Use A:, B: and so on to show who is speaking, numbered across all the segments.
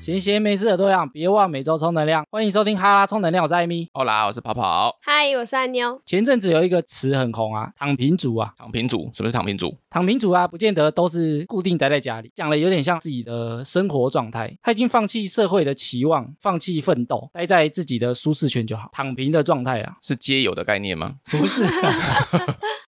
A: 闲闲没事的多养，别忘每周充能量。欢迎收听哈拉充能量，我是艾米。
B: 好啦，我是跑跑。
C: 嗨，我是安妞。
A: 前阵子有一个词很红啊，躺平族啊，
B: 躺平族，什么是躺平族？
A: 躺平族啊，不见得都是固定待在家里，讲的有点像自己的生活状态。他已经放弃社会的期望，放弃奋斗，待在自己的舒适圈就好，躺平的状态啊。
B: 是街友的概念吗？
A: 不是、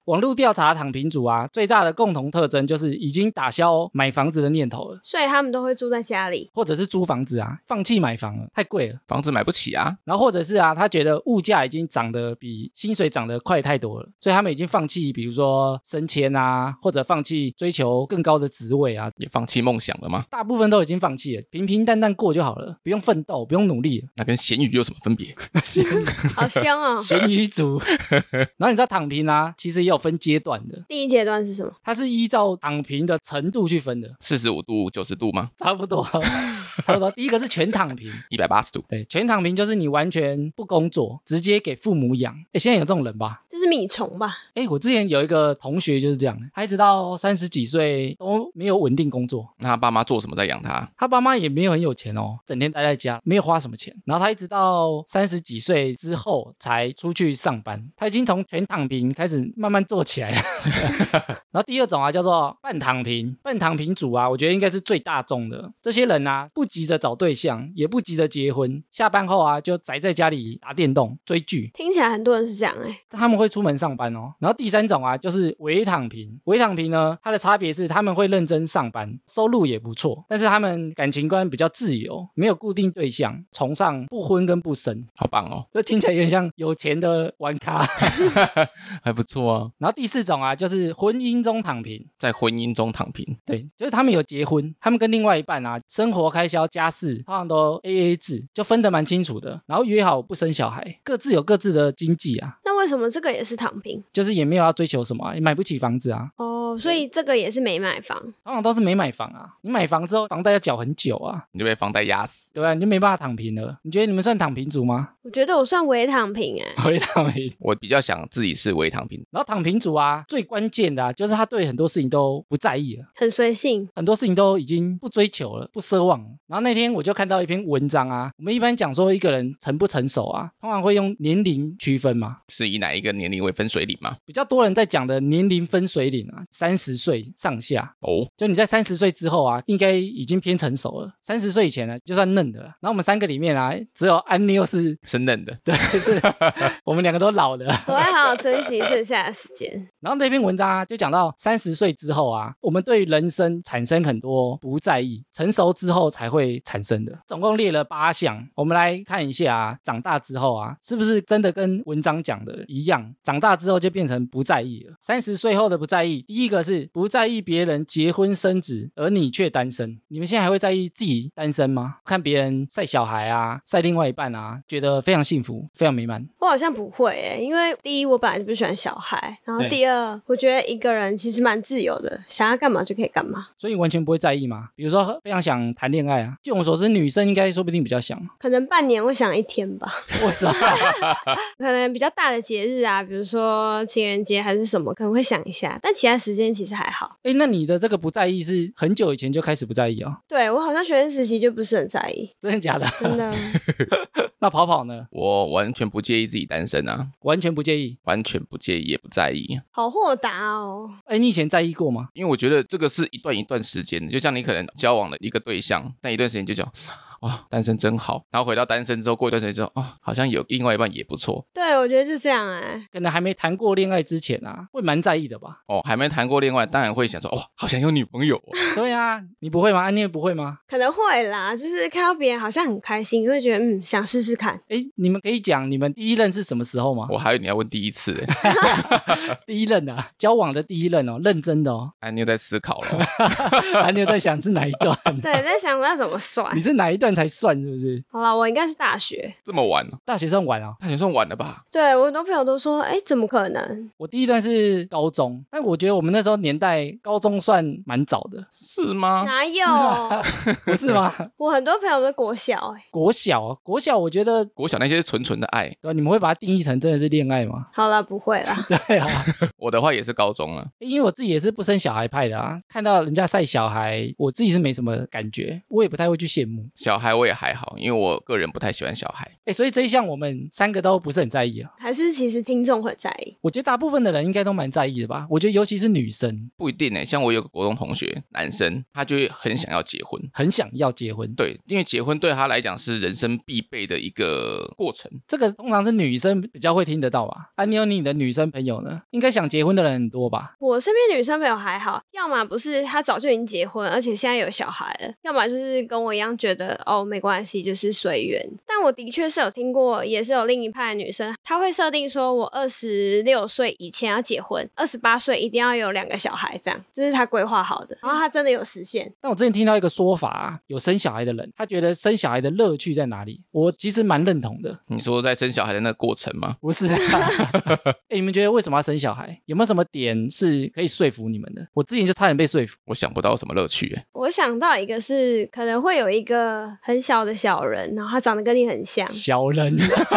A: 网络调查躺平族啊，最大的共同特征就是已经打消买房子的念头了，
C: 所以他们都会住在家里。
A: 或者是租房子啊，放弃买房了，太贵了。
B: 房子买不起啊，
A: 然后或者是啊，他觉得物价已经涨得比薪水涨得快太多了，所以他们已经放弃，比如说升迁啊，或者放弃追求更高的职位啊，
B: 也放弃梦想了吗？
A: 大部分都已经放弃了，平平淡淡过就好了，不用奋斗，不用努力了。！
B: 那跟咸鱼有什么分别？
C: 好香哦
A: 咸鱼族，然后你知道躺平啊，其实也有分阶段的，
C: 第一阶段是什么？
A: 它是依照躺平的程度去分的，
B: 四十五度、九十度吗？
A: 差不多，差不多。第一个是全躺平，
B: 一百八十度？
A: 对，全躺平就是你完全不工作，直接给父母养。哎，现在有这种人吧？
C: 这是米虫吧？
A: 哎，我之前有一个同学就是这样，他一直到三十几岁都没有稳定工作，
B: 那他爸妈做什么在养他？
A: 他爸妈也没有很有钱哦，整天待在家，没有花什么钱。然后他一直到三十几岁之后才出去上班，他已经从全躺平开始慢慢做起来了。 然后第二种啊，叫做半躺平，半躺平族啊，我觉得应该是最大众的。这些人啊，不急着找对象，也不急着结婚，下班后啊就宅在家里打电动、追剧，
C: 听起来很多人是这样哎、
A: 他们会出门上班哦。然后第三种啊，就是伪躺平。伪躺平呢，它的差别是他们会认真上班，收入也不错，但是他们感情观比较自由，没有固定对象，崇尚不婚跟不生。
B: 好棒哦，
A: 这听起来有点像有钱的玩咖。
B: 还不错啊，
A: 然后第四种啊，就是婚姻中躺平。
B: 在婚姻中躺平，
A: 对，就是他们有结婚，他们跟另外一半啊，生活开销、家事通常都 A A 制，就分得蛮清楚的。然后约好不生小孩，各自有各自的经济啊，
C: 那为什么这个也是躺平？
A: 就是也没有要追求什么啊、也买不起房子啊，
C: 哦，所以这个也是没买房。
A: 通常都是没买房啊。你买房之后，房贷要缴很久啊，
B: 你就被房贷压死。
A: 对啊，你就没办法躺平了。你觉得你们算躺平族吗？
C: 我觉得我算伪躺平哎、
A: 我也躺平。
B: 我比较想自己是伪躺平，
A: 然后躺平族啊，最关键的啊，就是他对很多事情都不在意了，
C: 很随性。
A: 很多事情都已经不追求了，不奢望了。然后那天我就看到一篇文章啊，我们一般讲说一个人成不成熟啊，通常会用年龄区分嘛。
B: 是以哪一个年龄为分水岭吗？
A: 比较多人在讲的年龄分水岭啊，三十岁上下，
B: 哦，
A: 就你在三十岁之后啊，应该已经偏成熟了。三十岁以前呢，就算嫩的了。然后我们三个里面啊，只有安妞是，，
B: 是嫩的
A: 对，是我们两个都老了。
C: 我要好好珍惜剩下的时间。
A: 然后那篇文章啊，就讲到三十岁之后啊，我们对人生产生很多不在意，成熟之后才会产生的。总共列了八项，我们来看一下啊，长大之后啊，是不是真的跟文章讲的一样？长大之后就变成不在意了。三十岁后的不在意，第一个是不在意别人结婚生子，而你却单身。你们现在还会在意自己单身吗？看别人晒小孩啊，晒另外一半啊，觉得非常幸福，非常美满。
C: 我好像不会哎、因为第一我本来就不喜欢小孩，然后
A: 对
C: 第二我觉得一个人其实蛮自由的，想要干嘛就可以干嘛。
A: 所以你完全不会在意嘛？比如说非常想谈恋爱啊，据我所知，女生应该说不定比较想。
C: 可能半年会想一天吧。
A: 我 操，
C: 可能比较大的节日啊，比如说情人节还是什么，可能会想一下，但其他时间其实还好。
A: 哎，那你的这个不在意是很久以前就开始不在意哦？
C: 对我好像学生时期就不是很在意，
A: 真的假的？
C: 真 的
A: 那跑跑呢？
B: 我完全不介意自己单身啊，
A: 完全不介意。
B: 完全不介意，也不在意，
C: 好豁达哦。
A: 哎，你以前在意过吗？
B: 因为我觉得这个是一段一段时间的，就像你可能交往了一个对象，但一段时间就讲。哇、单身真好。然后回到单身之后，过一段时间之后，哦，好像有另外一半也不错。？
C: 对，我觉得是这样哎、
A: 可能还没谈过恋爱之前啊，会蛮在意的吧
B: 哦，还没谈过恋爱，当然会想说，哇、好想有女朋友哦、
A: 对啊，你不会吗？安妮不会吗？
C: 可能会啦，就是看到别人好像很开心，就会觉得嗯想试试看。
A: 哎，你们可以讲你们第一任是什么时候吗？
B: 我还以为你要问第一次欸，
A: 第一任啊，交往的第一任哦，认真的哦。
B: 哎，你又在思考了。
A: 安妮在想是哪一段？
C: 对，在想要怎么算
A: 你。是哪一段才算？是不是？
C: 好了，我应该是大学。
B: 这么晚了，
A: 大学算晚哦。
B: 大学算晚了吧？
C: 对我很多朋友都说，哎、怎么可能？
A: 我第一段是高中，但我觉得我们那时候年代高中算蛮早的，
B: 是吗？
C: 哪有？
A: 不是吗？
C: 我很多朋友都国小、哎。
A: 国小哦，国小我觉得
B: 国小那些是纯纯的爱，
A: 对吧，你们会把它定义成真的是恋爱吗？
C: 好啦，不会 啦。
A: 对啊，
B: 我的话也是高中了。
A: 因为我自己也是不生小孩派的啊，看到人家晒小孩，我自己是没什么感觉，我也不太会去羡慕。
B: 小小孩我也还好，因为我个人不太喜欢小孩。
A: 哎，所以这一项我们三个都不是很在意啊。
C: 还是其实听众会在意，
A: 我觉得大部分的人应该都蛮在意的吧。我觉得尤其是女生
B: 不一定呢、像我有个国中同学，男生，他就会很想要结婚。
A: 很想要结婚，
B: 对，因为结婚对他来讲是人生必备的一个过程。
A: 这个通常是女生比较会听得到吧。啊，你有你的女生朋友呢，应该想结婚的人很多吧？
C: 我身边女生朋友还好，要么不是她早就已经结婚，而且现在有小孩了，要么就是跟我一样觉得哦没关系，就是随缘。但我的确是有听过，也是有另一派的女生，她会设定说我二十六岁以前要结婚，二十八岁一定要有两个小孩，这样这是她规划好的，然后她真的有实现。
A: 但我之前听到一个说法、啊，有生小孩的人，他觉得生小孩的乐趣在哪里？我其实蛮认同的。
B: 你说在生小孩的那个过程吗？
A: 不是、啊，哎，你们觉得为什么要生小孩？有没有什么点是可以说服你们的？我之前就差点被说服。
B: 我想不到什么乐趣、欸。
C: 我想到一个是可能会有一个很小的小人，然后他长得跟你很像，
A: 小人，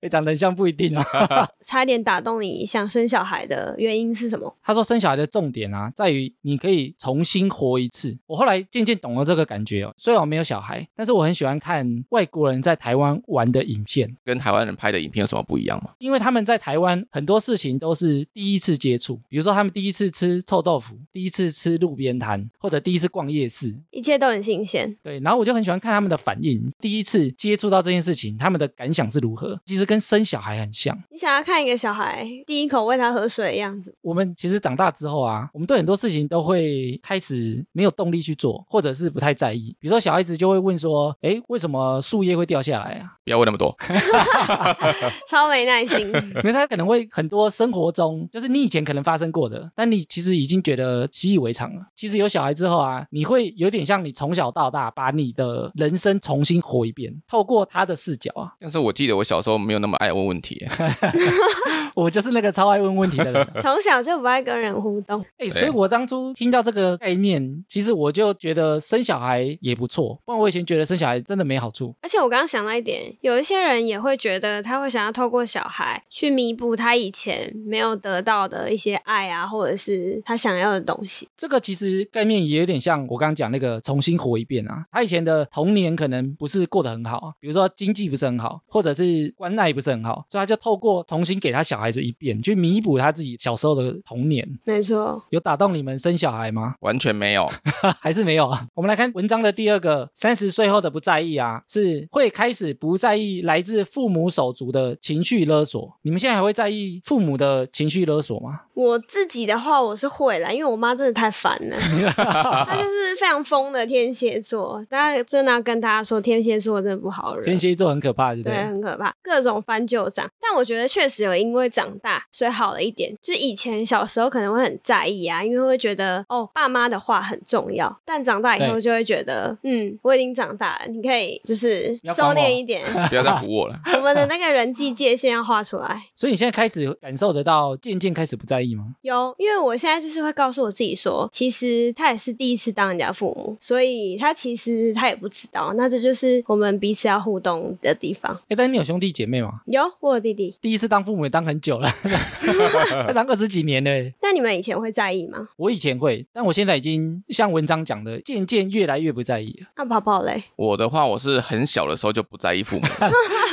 A: 哎，长得很像不一定啊。
C: 差一点打动你想生小孩的原因是什么？
A: 他说生小孩的重点啊，在于你可以重新活一次。我后来渐渐懂了这个感觉哦。虽然我没有小孩，但是我很喜欢看外国人在台湾玩的影片，
B: 跟台湾人拍的影片有什么不一样吗？
A: 因为他们在台湾很多事情都是第一次接触，比如说他们第一次吃臭豆腐，第一次吃路边摊，或者第一次逛夜市。
C: 一切都很新鲜。
A: 对，然后我就很喜欢看他们的反应，第一次接触到这件事情，他们的感想是如何。其实跟生小孩很像。
C: 你想要看一个小孩第一口喂他喝水的样子，
A: 我们其实长大之后啊，我们对很多事情都会开始没有动力去做，或者是不太在意。比如说小孩子就会问说：“哎，为什么树叶会掉下来啊
B: 不要问那么多。
C: 超没耐 心。？”
A: 因为他可能会很多生活中，就是你以前可能发生过的，但你其实已经觉得习以为常了。其实有小孩之后啊，你会有点像你从小到大把你的人生重新活一遍，透过他的视角啊，
B: 但是我记得我小时候没有那么爱问问题、欸
A: 我就是那个超爱问问题的人啊。
C: 从小就不爱跟人互动，
A: 哎、
B: 对
A: 所以我当初听到这个概念，其实我就觉得生小孩也不错。不然我以前觉得生小孩真的没好处。
C: 而且我刚刚想到一点，有一些人也会觉得他会想要透过小孩去弥补他以前没有得到的一些爱啊，或者是他想要的东西。
A: 这个其实概念也有点像我刚刚讲那个重新活一遍啊。他以前的童年可能不是过得很好啊，比如说经济不是很好，或者是关爱不是很好，所以他就透过重新给他小孩子一遍，去弥补他自己小时候的童年。
C: 没错，
A: 有打动你们生小孩吗？
B: 完全没有。
A: 还是没有啊。我们来看文章的第二个，三十岁后的不在意啊，是会开始不在意来自父母手足的情绪勒索。你们现在还会在意父母的情绪勒索吗？
C: 我自己的话我是会啦，因为我妈真的太烦 了，她就是非常疯的天蝎座，大家真的要跟大家说，天蝎座真的不好惹。
A: 天蝎座很可怕，对不
C: 啊对，啊
A: 对？
C: 很可怕，各种翻旧账。但我觉得确实有因为长大，所以好了一点。就是以前小时候可能会很在意啊，因为会觉得哦，爸妈的话很重要。但长大以后
A: 对
C: 就会觉得，嗯，我已经长大了，你可以就是
A: 不要
C: 收
A: 管我
C: 敛一点。
B: 不要再唬我了。
C: 我们的那个人际界限要画出来。
A: 所以你现在开始感受得到，渐渐开始不在意吗？
C: 有，因为我现在就是会告诉我自己说，其实他也是第一次当人家父母，所以他其实他也不知道。那这就是我们彼此要互动的地方。
A: 哎，但你有兄弟姐妹吗？
C: 有，我有弟弟。
A: 第一次当父母也当很久了， 当二十几年了欸。
C: 那你们以前会在意吗？
A: 我以前会，但我现在已经像文章讲的，渐渐越来越不在意了。
C: 那跑跑嘞？
B: 我的话，我是很小的时候就不在意父母，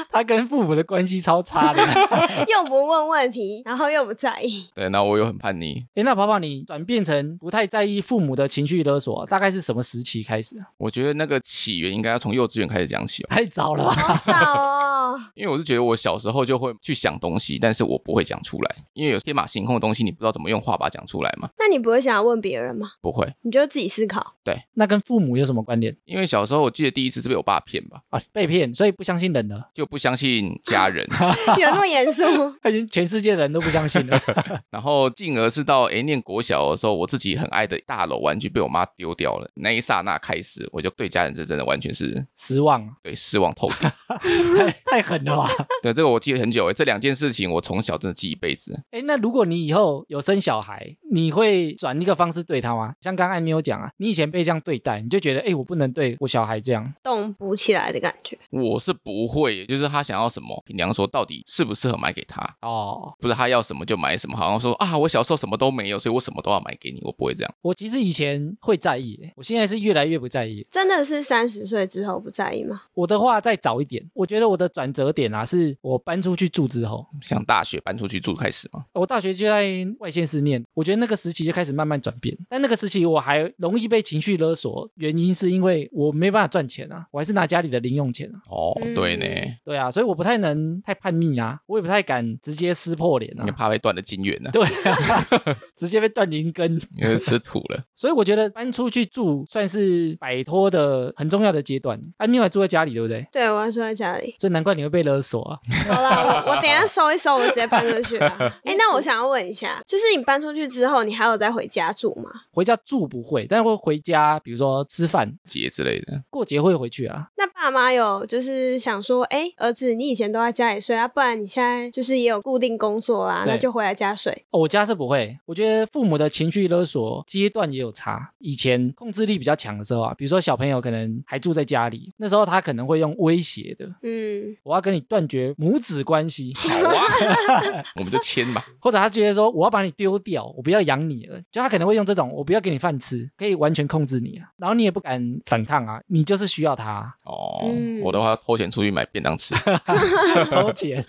A: 他跟父母的关系超差的。 哎
C: 又不问问题，然后又不在意。
B: 对，然后我又很叛逆。
A: 哎，那跑跑，你转变成不太在意父母的情绪勒索啊、大概是什么时期开始啊？
B: 我觉得那个起源应该要从幼稚园开始讲起哦，
A: 太早了吧？
C: 好早哦，
B: 因为我是觉得我小时候就会去想东西，但是我不会讲出来，因为有天马行空的东西，你不知道怎么用话把它讲出来嘛，
C: 那你不会想要问别人吗？
B: 不会。
C: 你就自己思 考。
A: 那跟父母有什么关联
B: 因为小时候我记得第一次是被我爸骗吧，
A: 啊？被骗，所以不相信人了。
B: 就不相信家人，
C: 有那么严肃？
A: 他已经全世界的人都不相信了。
B: 然后进而是到诶念国小的时候，我自己很爱的大楼玩具被我妈丢掉了，那一刹那开始，我就对家人这真的完全是
A: 失望，
B: 对失望透顶。
A: 太太太狠了吧？
B: 对，这个我记得很久诶，这两件事情我从小真的记一辈子。
A: 哎，那如果你以后有生小孩，你会转一个方式对他吗？像刚刚安妞讲啊，你以前被这样对待，你就觉得哎，我不能对我小孩这样。
C: 动不起来的感觉。
B: 我是不会，就是他想要什么，凭良说到底适不适合买给他，
A: 哦，
B: 不是他要什么就买什么，好像说啊，我小时候什么都没有，所以我什么都要买给你，我不会这样。
A: 我其实以前会在意，我现在是越来越不在意。
C: 真的是三十岁之后不在意 吗？
A: 我的话再早一点，我觉得我的转折点啊，是我搬出去住之后，
B: 像大学搬出去住开始嘛，
A: 我大学就在外县市念，我觉得那个时期就开始慢慢转变。但那个时期我还容易被情绪勒索，原因是因为我没办法赚钱啊，我还是拿家里的零用钱啊。
B: 哦，
C: 嗯
B: 对呢，
A: 对啊，所以我不太能太叛逆啊，我也不太敢直接撕破脸
B: 因为
A: 啊。
B: 怕被断了金源呢、
A: 对啊， 直接被断银根。
B: 因为吃土 了。
A: 所以我觉得搬出去住算是摆脱的很重要的阶段。啊，你还住在家里对不对？
C: 对，我要住在家 里。
A: 所以难怪你会被勒索啊。
C: 好啦，我我等一下收一收，我直接搬出去 吧。哎、那我想要问一下，就是你搬出去之后，你还有再回家住吗？
A: 回家住不会，但是会回家，比如说吃饭，
B: 节之类的，
A: 过节会回去啊。
C: 那爸妈有就是想说，哎、儿子，你以前都在家里睡啊，不然你现在就是也有固定工作啦，
A: 对
C: 那就回来家睡。
A: 哦我家是不会，我觉得父母的情绪勒索阶段也有差。以前控制力比较强的时候啊，比如说小朋友可能还住在家里，那时候他可能会用威胁的，
C: 嗯，
A: 我要跟你断绝母子关系，
B: 好啊，我们就签吧。
A: 或者他觉得说我要把你丢掉，我不要养你了，就他可能会用这种我不要给你饭吃，可以完全控制你啊，然后你也不敢反抗啊，你就是需要他 啊
B: 哦，
C: 嗯
B: 我的话偷钱出去买便当吃，
A: 偷钱。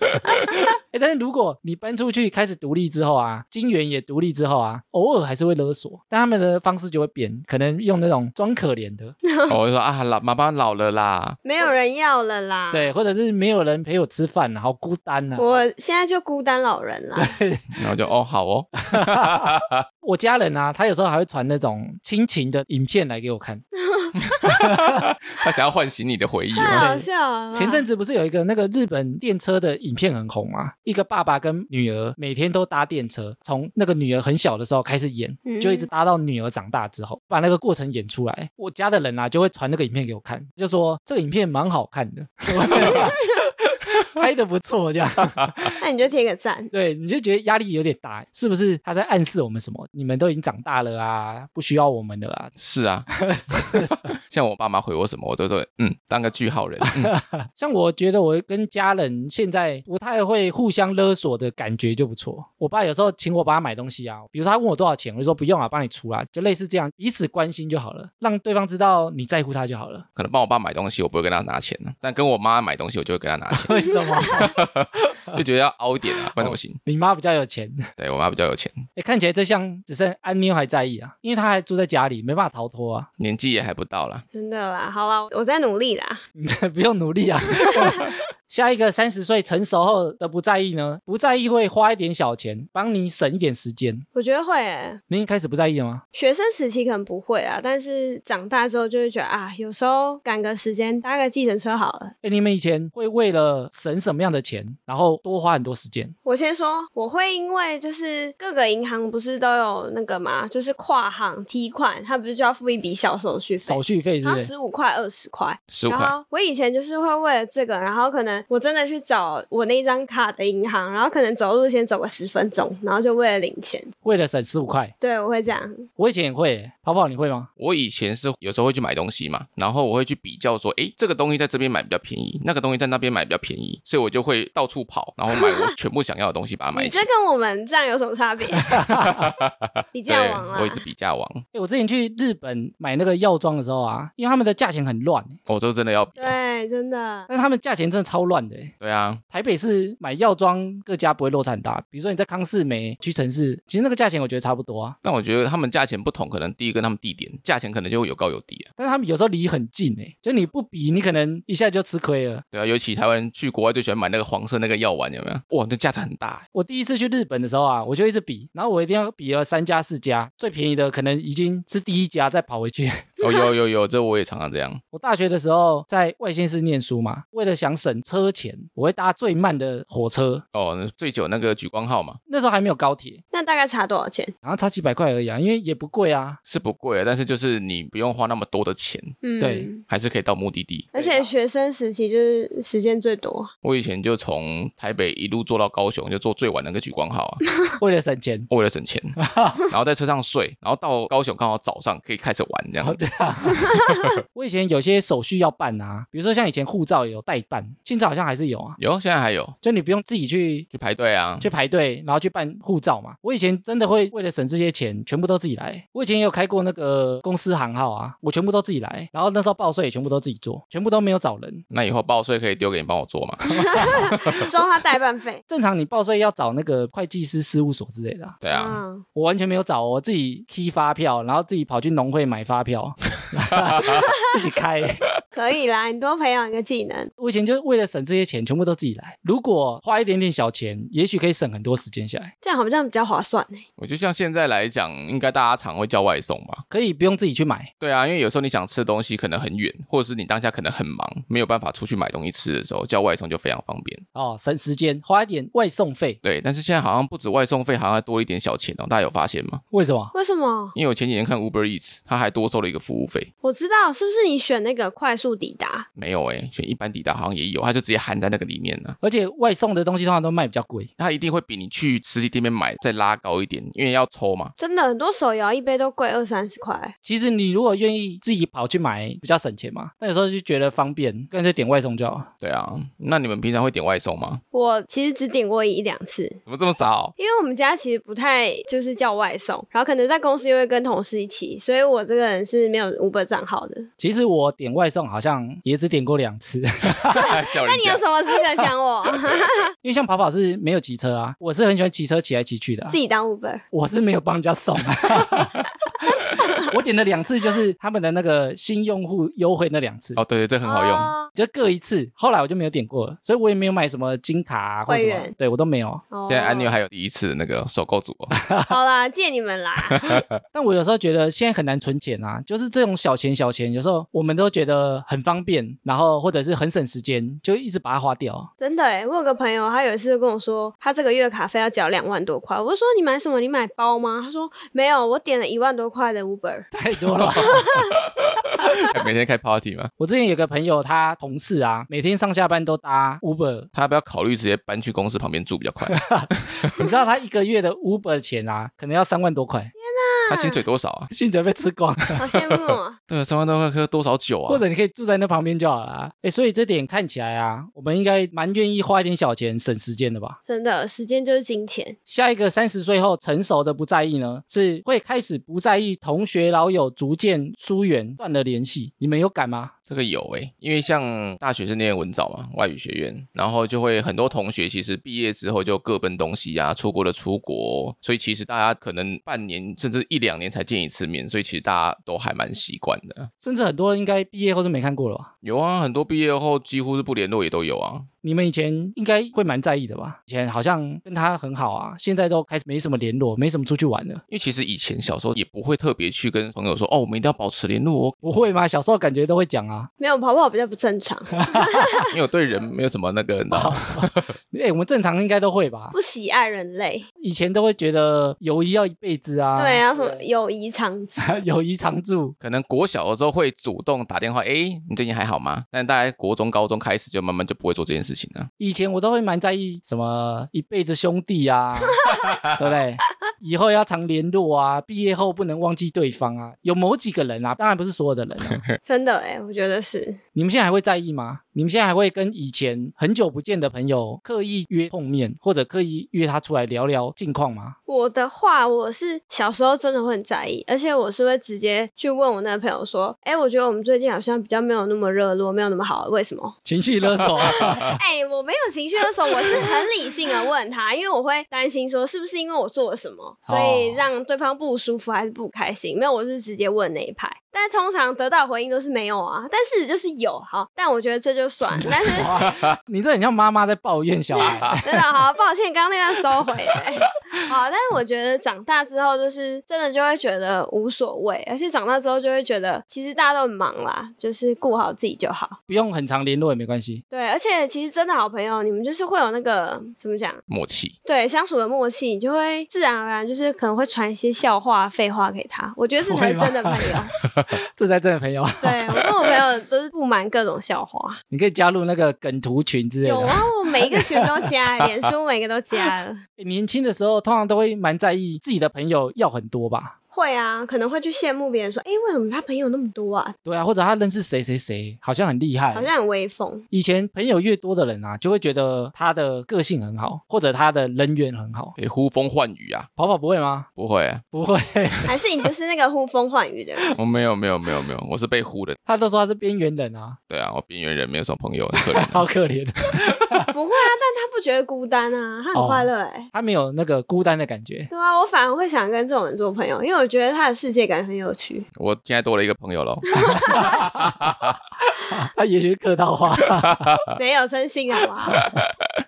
A: 哎，但是如果你搬出去开始独立之后啊，金源也独立之后啊，偶尔还是会勒索，但他们的方式就会变，可能用那种装可怜的，
B: 我就说啊，老妈妈老了啦，
C: 没有人要了啦。，
A: 对，或者是没有人陪我吃饭啊，好孤单啊。
C: 我现在就孤单老人啦。
B: 然后就哦好哦，
A: 我家人啊，他有时候还会传那种亲情的影片来给我看。
B: 他想要唤醒你的回忆
C: 太
B: 哦。
C: 好笑啊了。
A: 前阵子不是有一个那个日本电车的影片很红吗？一个爸爸跟女儿每天都搭电车，从那个女儿很小的时候开始演，
C: 嗯
A: 就一直搭到女儿长大之后，把那个过程演出来。我家的人啊，就会传那个影片给我看，就说这个影片蛮好看的，拍的不错，这样。
C: 那你就贴个赞。
A: 对，你就觉得压力有点大，是不是？他在暗示我们什么？你们都已经长大了啊，不需要我们了啊。
B: 是啊，像我爸妈回我什么，我都说嗯，当个句号人。嗯
A: 像我觉得我跟家人现在不太会互相勒索的感觉就不错。我爸有时候请我帮他买东西啊，比如说他问我多少钱，我就说不用啊，帮你出啊，就类似这样，彼此关心就好了，让对方知道你在乎他就好 了。
B: 可能帮我爸买东西，我不会跟他拿钱呢，但跟我妈买东西，我就会跟他拿钱，
A: 为什么？
B: 就觉得要凹一点啊，不然怎么行？
A: 你妈比较有钱，
B: 对我妈比较有钱，
A: 哎，看起来这项只剩安妞还在意啊，因为她还住在家里，没办法逃脱啊。
B: 年纪也还不到啦。
C: 真的啦，好啦，我在努力啦。
A: 你这不用努力啊。 下一个三十岁成熟后的不在意呢？不在意会花一点小钱，帮你省一点时间。
C: 我觉得会、欸，
A: 您开始不在意了吗？
C: 学生时期可能不会啊，但是长大之后就会觉得啊，有时候赶个时间搭个计程车好了。
A: 哎，你们以前会为了省什么样的钱，然后多花很多时间？
C: 我先说，我会因为就是各个银行不是都有那个嘛，就是跨行提款，它不是就要付一笔小手续费
A: 手，续费是
C: 然
A: 不
C: 后
A: 是？
C: 十五块、二十块。
B: 十五
C: 然
B: 块，
C: 后我以前就是会为了这个，然后可能我真的去找我那一张卡的银行，然后可能走路先走个十分钟，然后就为了领钱。
A: 为了省十五块，
C: 对，我会这样。
A: 我以前也会耶。跑跑，你会吗？
B: 我以前是有时候会去买东西嘛，然后我会去比较说，诶，这个东西在这边买比较便宜，那个东西在那边买比较便宜，所以我就会到处跑，然后买我全部想要的东西，把它买
C: 你
B: 起
C: 这
B: 来。
C: 跟我们这样有什 么差别？比较
B: 对
C: 王，啊
B: 我
C: 啦
B: 也，是比价王，
A: 哎，我之前去日本买那个药妆的时候啊，因为他们的价钱很乱，欸
B: 我都真的要比。
C: 对，真的。
A: 但是他们价钱真的超乱的耶。欸
B: 对啊，
A: 台北市买药妆各家不会落差很大，比如说你在康士美、屈臣氏，其实那个价钱我觉得差不多啊。
B: 但我觉得他们价钱不同，可能第一个他们地点价钱可能就会有高有低啊。
A: 但是他们有时候离很近哎、就你不比，你可能一下就吃亏了。
B: 对啊，尤其台湾人去国外最喜欢买那个黄色那个药丸，有没有？哇，那价差很大、
A: 我第一次去日本的时候啊，我就一直比，然后我一定要比了三家四家，最便宜的可能已经是第一家，再跑回去。
B: 哦，有有有，这我也常常这样。
A: 我大学的时候在外县市念书嘛，为了想省车钱，我会搭最慢的火车。
B: 哦，那最久那个举光号嘛，
A: 那时候还没有高铁，
C: 那大概差多少钱？
A: 然后差几百块而已啊，因为也不贵啊。
B: 是不贵啊，但是就是你不用花那么多的钱，
C: 嗯，
A: 对。
B: 还是可以到目的地。
C: 而且学生时期就是时间最多，
B: 我以前就从台北一路坐到高雄，就坐最晚那个举光号啊，
A: 为了省钱，
B: 为了省钱，然后在车上睡，然后到高雄刚好早上可以开始玩这
A: 然后
B: 样。
A: 这样。我以前有些手续要办啊，比如说像以前护照也有代办，现在好像还是有啊，
B: 有，现在还有
A: 就你不用自己去。
B: 去排队啊，
A: 去排队，然后去办护照嘛。我以前真的会为了省这些钱，全部都自己来。我以前也有开过那个公司行号啊，我全部都自己来。然后那时候报税也全部都自己做，全部都没有找人。。
B: 那以后报税可以丢给你帮我做嘛？
C: 收他代办费
A: 正常你报税要找那个会计师事务所之类的啊、
B: 对啊，
C: 嗯，
A: 我完全没有找哦，我自己 key 发票，然后自己跑去农会买发票， 自己开。
C: 可以啦，你多培养一个技能。
A: 我以前就是为了省这些钱，全部都自己来。如果花一点点小钱，也许可以省很多时间下来，
C: 这样好像比较划算欸呢。
B: 我就像现在来讲，应该大家常会叫外送吧？
A: 可以不用自己去买。
B: 对啊，因为有时候你想吃的东西可能很远，或者是你当下可能很忙，没有办法出去买东西吃的时候，叫外送就非常方便。
A: 哦，省时间，花一点外送费，
B: 对，但是现在好像不止外送费，好像还多一点小钱哦，大家有发现吗？
A: 为什么？
C: 为什么？
B: 因为我前几天看 Uber Eats，它还多收了一个服务费。
C: 我知道，是不是你选那个快速抵达？
B: 没有哎、选一般抵达好像也有，它就直接含在那个里面了。
A: 而且外送的东西通常都卖比较贵，
B: 它一定会比你去实体店面买再拉高一点，因为要抽嘛。
C: 真的很多手摇一杯都贵二三十块，
A: 其实你如果愿意自己跑去买，比较省钱嘛。但有时候就觉得方便，干脆点外送就好了。
B: 对啊，那你们平常会点外送吗？
C: 我其实只点过一两次。
B: 怎么这么少？
C: 因为我们家其实不太就是叫外送，然后可能在公司又会跟同事一起，所以我这个人是没有 Uber 账号的。
A: 其实我点外送好像也只点过两次，
B: 笑
C: 那
B: 人
C: 你有
B: 家
C: 什么资格讲我
A: 因为像跑跑是没有骑车啊，我是很喜欢骑车骑来骑去的啊、
C: 自己当 Uber？
A: 我是没有帮人家送、啊。 我点了两次，就是他们的那个新用户优惠那两次，
B: 哦，对对，这 很好用。
C: 哦
A: 就各一次。后来我就没有点过了，所以我也没有买什么金卡啊或
C: 会
A: 什么
C: 员，
A: 对我都没有。
C: 哦
B: 现在安妞还有第一次那个首购组、哦，
C: 好啦，借你们啦。
A: 但我有时候觉得现在很难存钱啊，就是这种小钱小钱，有时候我们都觉得很方便，然后或者是很省时间，就一直把它花掉。
C: 真的哎，我有个朋友，他有一次就跟我说，他这个月卡费要缴两万多块。我就说你买什么？你买包吗？他说没有，我点了一万多块的 Uber。
A: 太多了。
B: 每天开 party 吗？
A: 我之前有个朋友，他同事啊，每天上下班都搭 Uber，
B: 他要不要考虑直接搬去公司旁边住比较快？
A: 你知道他一个月的 Uber 钱啊， 可能要三万多块，
B: 他薪水多少啊？
A: 薪水被吃光。
C: 好羡慕、 哦
B: 对啊，三万多块喝多少酒啊？
A: 或者你可以住在那旁边就好了、啊。哎，所以这点看起来啊，我们应该蛮愿意花一点小钱省时间的吧？
C: 真的，时间就是金钱。
A: 下一个三十岁后成熟的不在意呢，是会开始不在意同学老友逐渐疏远、断了联系。你们有感吗？
B: 这个有诶、因为像大学是念文藻嘛，外语学院，然后就会很多同学其实毕业之后就各奔东西啊，出国的出国，所以其实大家可能半年甚至一两年才见一次面，所以其实大家都还蛮习惯的。
A: 甚至很多应该毕业后就没看过了吧？
B: 有啊，很多毕业后几乎是不联络也都有啊。
A: 你们以前应该会蛮在意的吧？以前好像跟他很好啊，现在都开始没什么联络，没什么出去玩了。
B: 因为其实以前小时候也不会特别去跟朋友说哦，我们一定要保持联络哦，
A: 不会吗？小时候感觉都会讲啊。
C: 没有跑跑比较不正常，
B: 因为我对人没有什么那个，你知道吗
A: 哎，我们正常应该都会吧？
C: 不喜爱人类。
A: 以前都会觉得友谊要一辈子啊。
C: 对啊，什么友谊长存。
A: 友谊常驻。
B: 可能国小的时候会主动打电话，诶，你最近还好吗？但大概国中、高中开始就慢慢就不会做这件事情了。
A: 以前我都会蛮在意什么一辈子兄弟啊， 对不对？以后要常联络啊，毕业后不能忘记对方啊。有某几个人啊，当然不是所有的人 啊。
C: 真的哎，我觉得是
A: 你们现在还会在意吗？你们现在还会跟以前很久不见的朋友刻意约碰面，或者刻意约他出来聊聊近况吗？
C: 我的话，我是小时候真的会很在意，而且我是会直接去问我那个朋友说，哎、我觉得我们最近好像比较没有那么热络，没有那么好，为什么？
A: 情绪勒索、啊，
C: 哎、我没有情绪勒索，我是很理性的问他，因为我会担心说是不是因为我做了什么，所以
A: 哦
C: 让对方不舒服还是不开心。没有，我就是直接问那一派，但通常得到的回应都是没有啊，但事实就是有。好，但我觉得这就算，了。但是
A: 你这很像妈妈在抱怨小孩。
C: 真的好抱歉，刚刚那段收回、哎 好，但是我觉得长大之后，就是真的就会觉得无所谓，而且长大之后就会觉得，其实大家都很忙啦，就是顾好自己就好。
A: 不用很长联络也没关系。
C: 对，而且其实真的好朋友，你们就是会有那个怎么讲？
B: 默契。
C: 对，相处的默契，你就会自然而然就是可能会传一些笑话、废话给他。我觉得这才是真的朋 友。
A: 这才真的朋友，啊
C: 对我跟我朋友都是不瞒各种笑话。
A: 你可以加入那个梗图群之类的。
C: 有啊，我每一个群都加，脸书每个都加了。
A: 欸年轻的时候通常都会蛮在意自己的朋友要很多吧？
C: 会啊，可能会去羡慕别人说，哎、为什么他朋友那么多啊？
A: 对啊，或者他认识谁谁谁，好像很厉害。
C: 好像很威风。
A: 以前朋友越多的人啊，就会觉得他的个性很好，或者他的人缘很好。
B: 诶，呼风唤雨啊，
A: 跑跑不会吗？
B: 不会啊，
A: 不会，
C: 还是你就是那个呼风唤雨的人？
B: 我没有没有没有没有，我是被呼的。
A: 他都说他是边缘人啊，
B: 对啊，我边缘人，没有什么朋友，很可怜啊的。
A: 好可怜，
C: 不会啊，但他不觉得孤单啊，他很
A: 哦
C: 快乐哎、
A: 他没有那个孤单的感觉。
C: 对啊，我反而会想跟这种人做朋友，因为我觉得他的世界感很有趣。
B: 我现在多了一个朋友喽。
A: 他也许是客套话， 啊
C: 没有真心好 不好？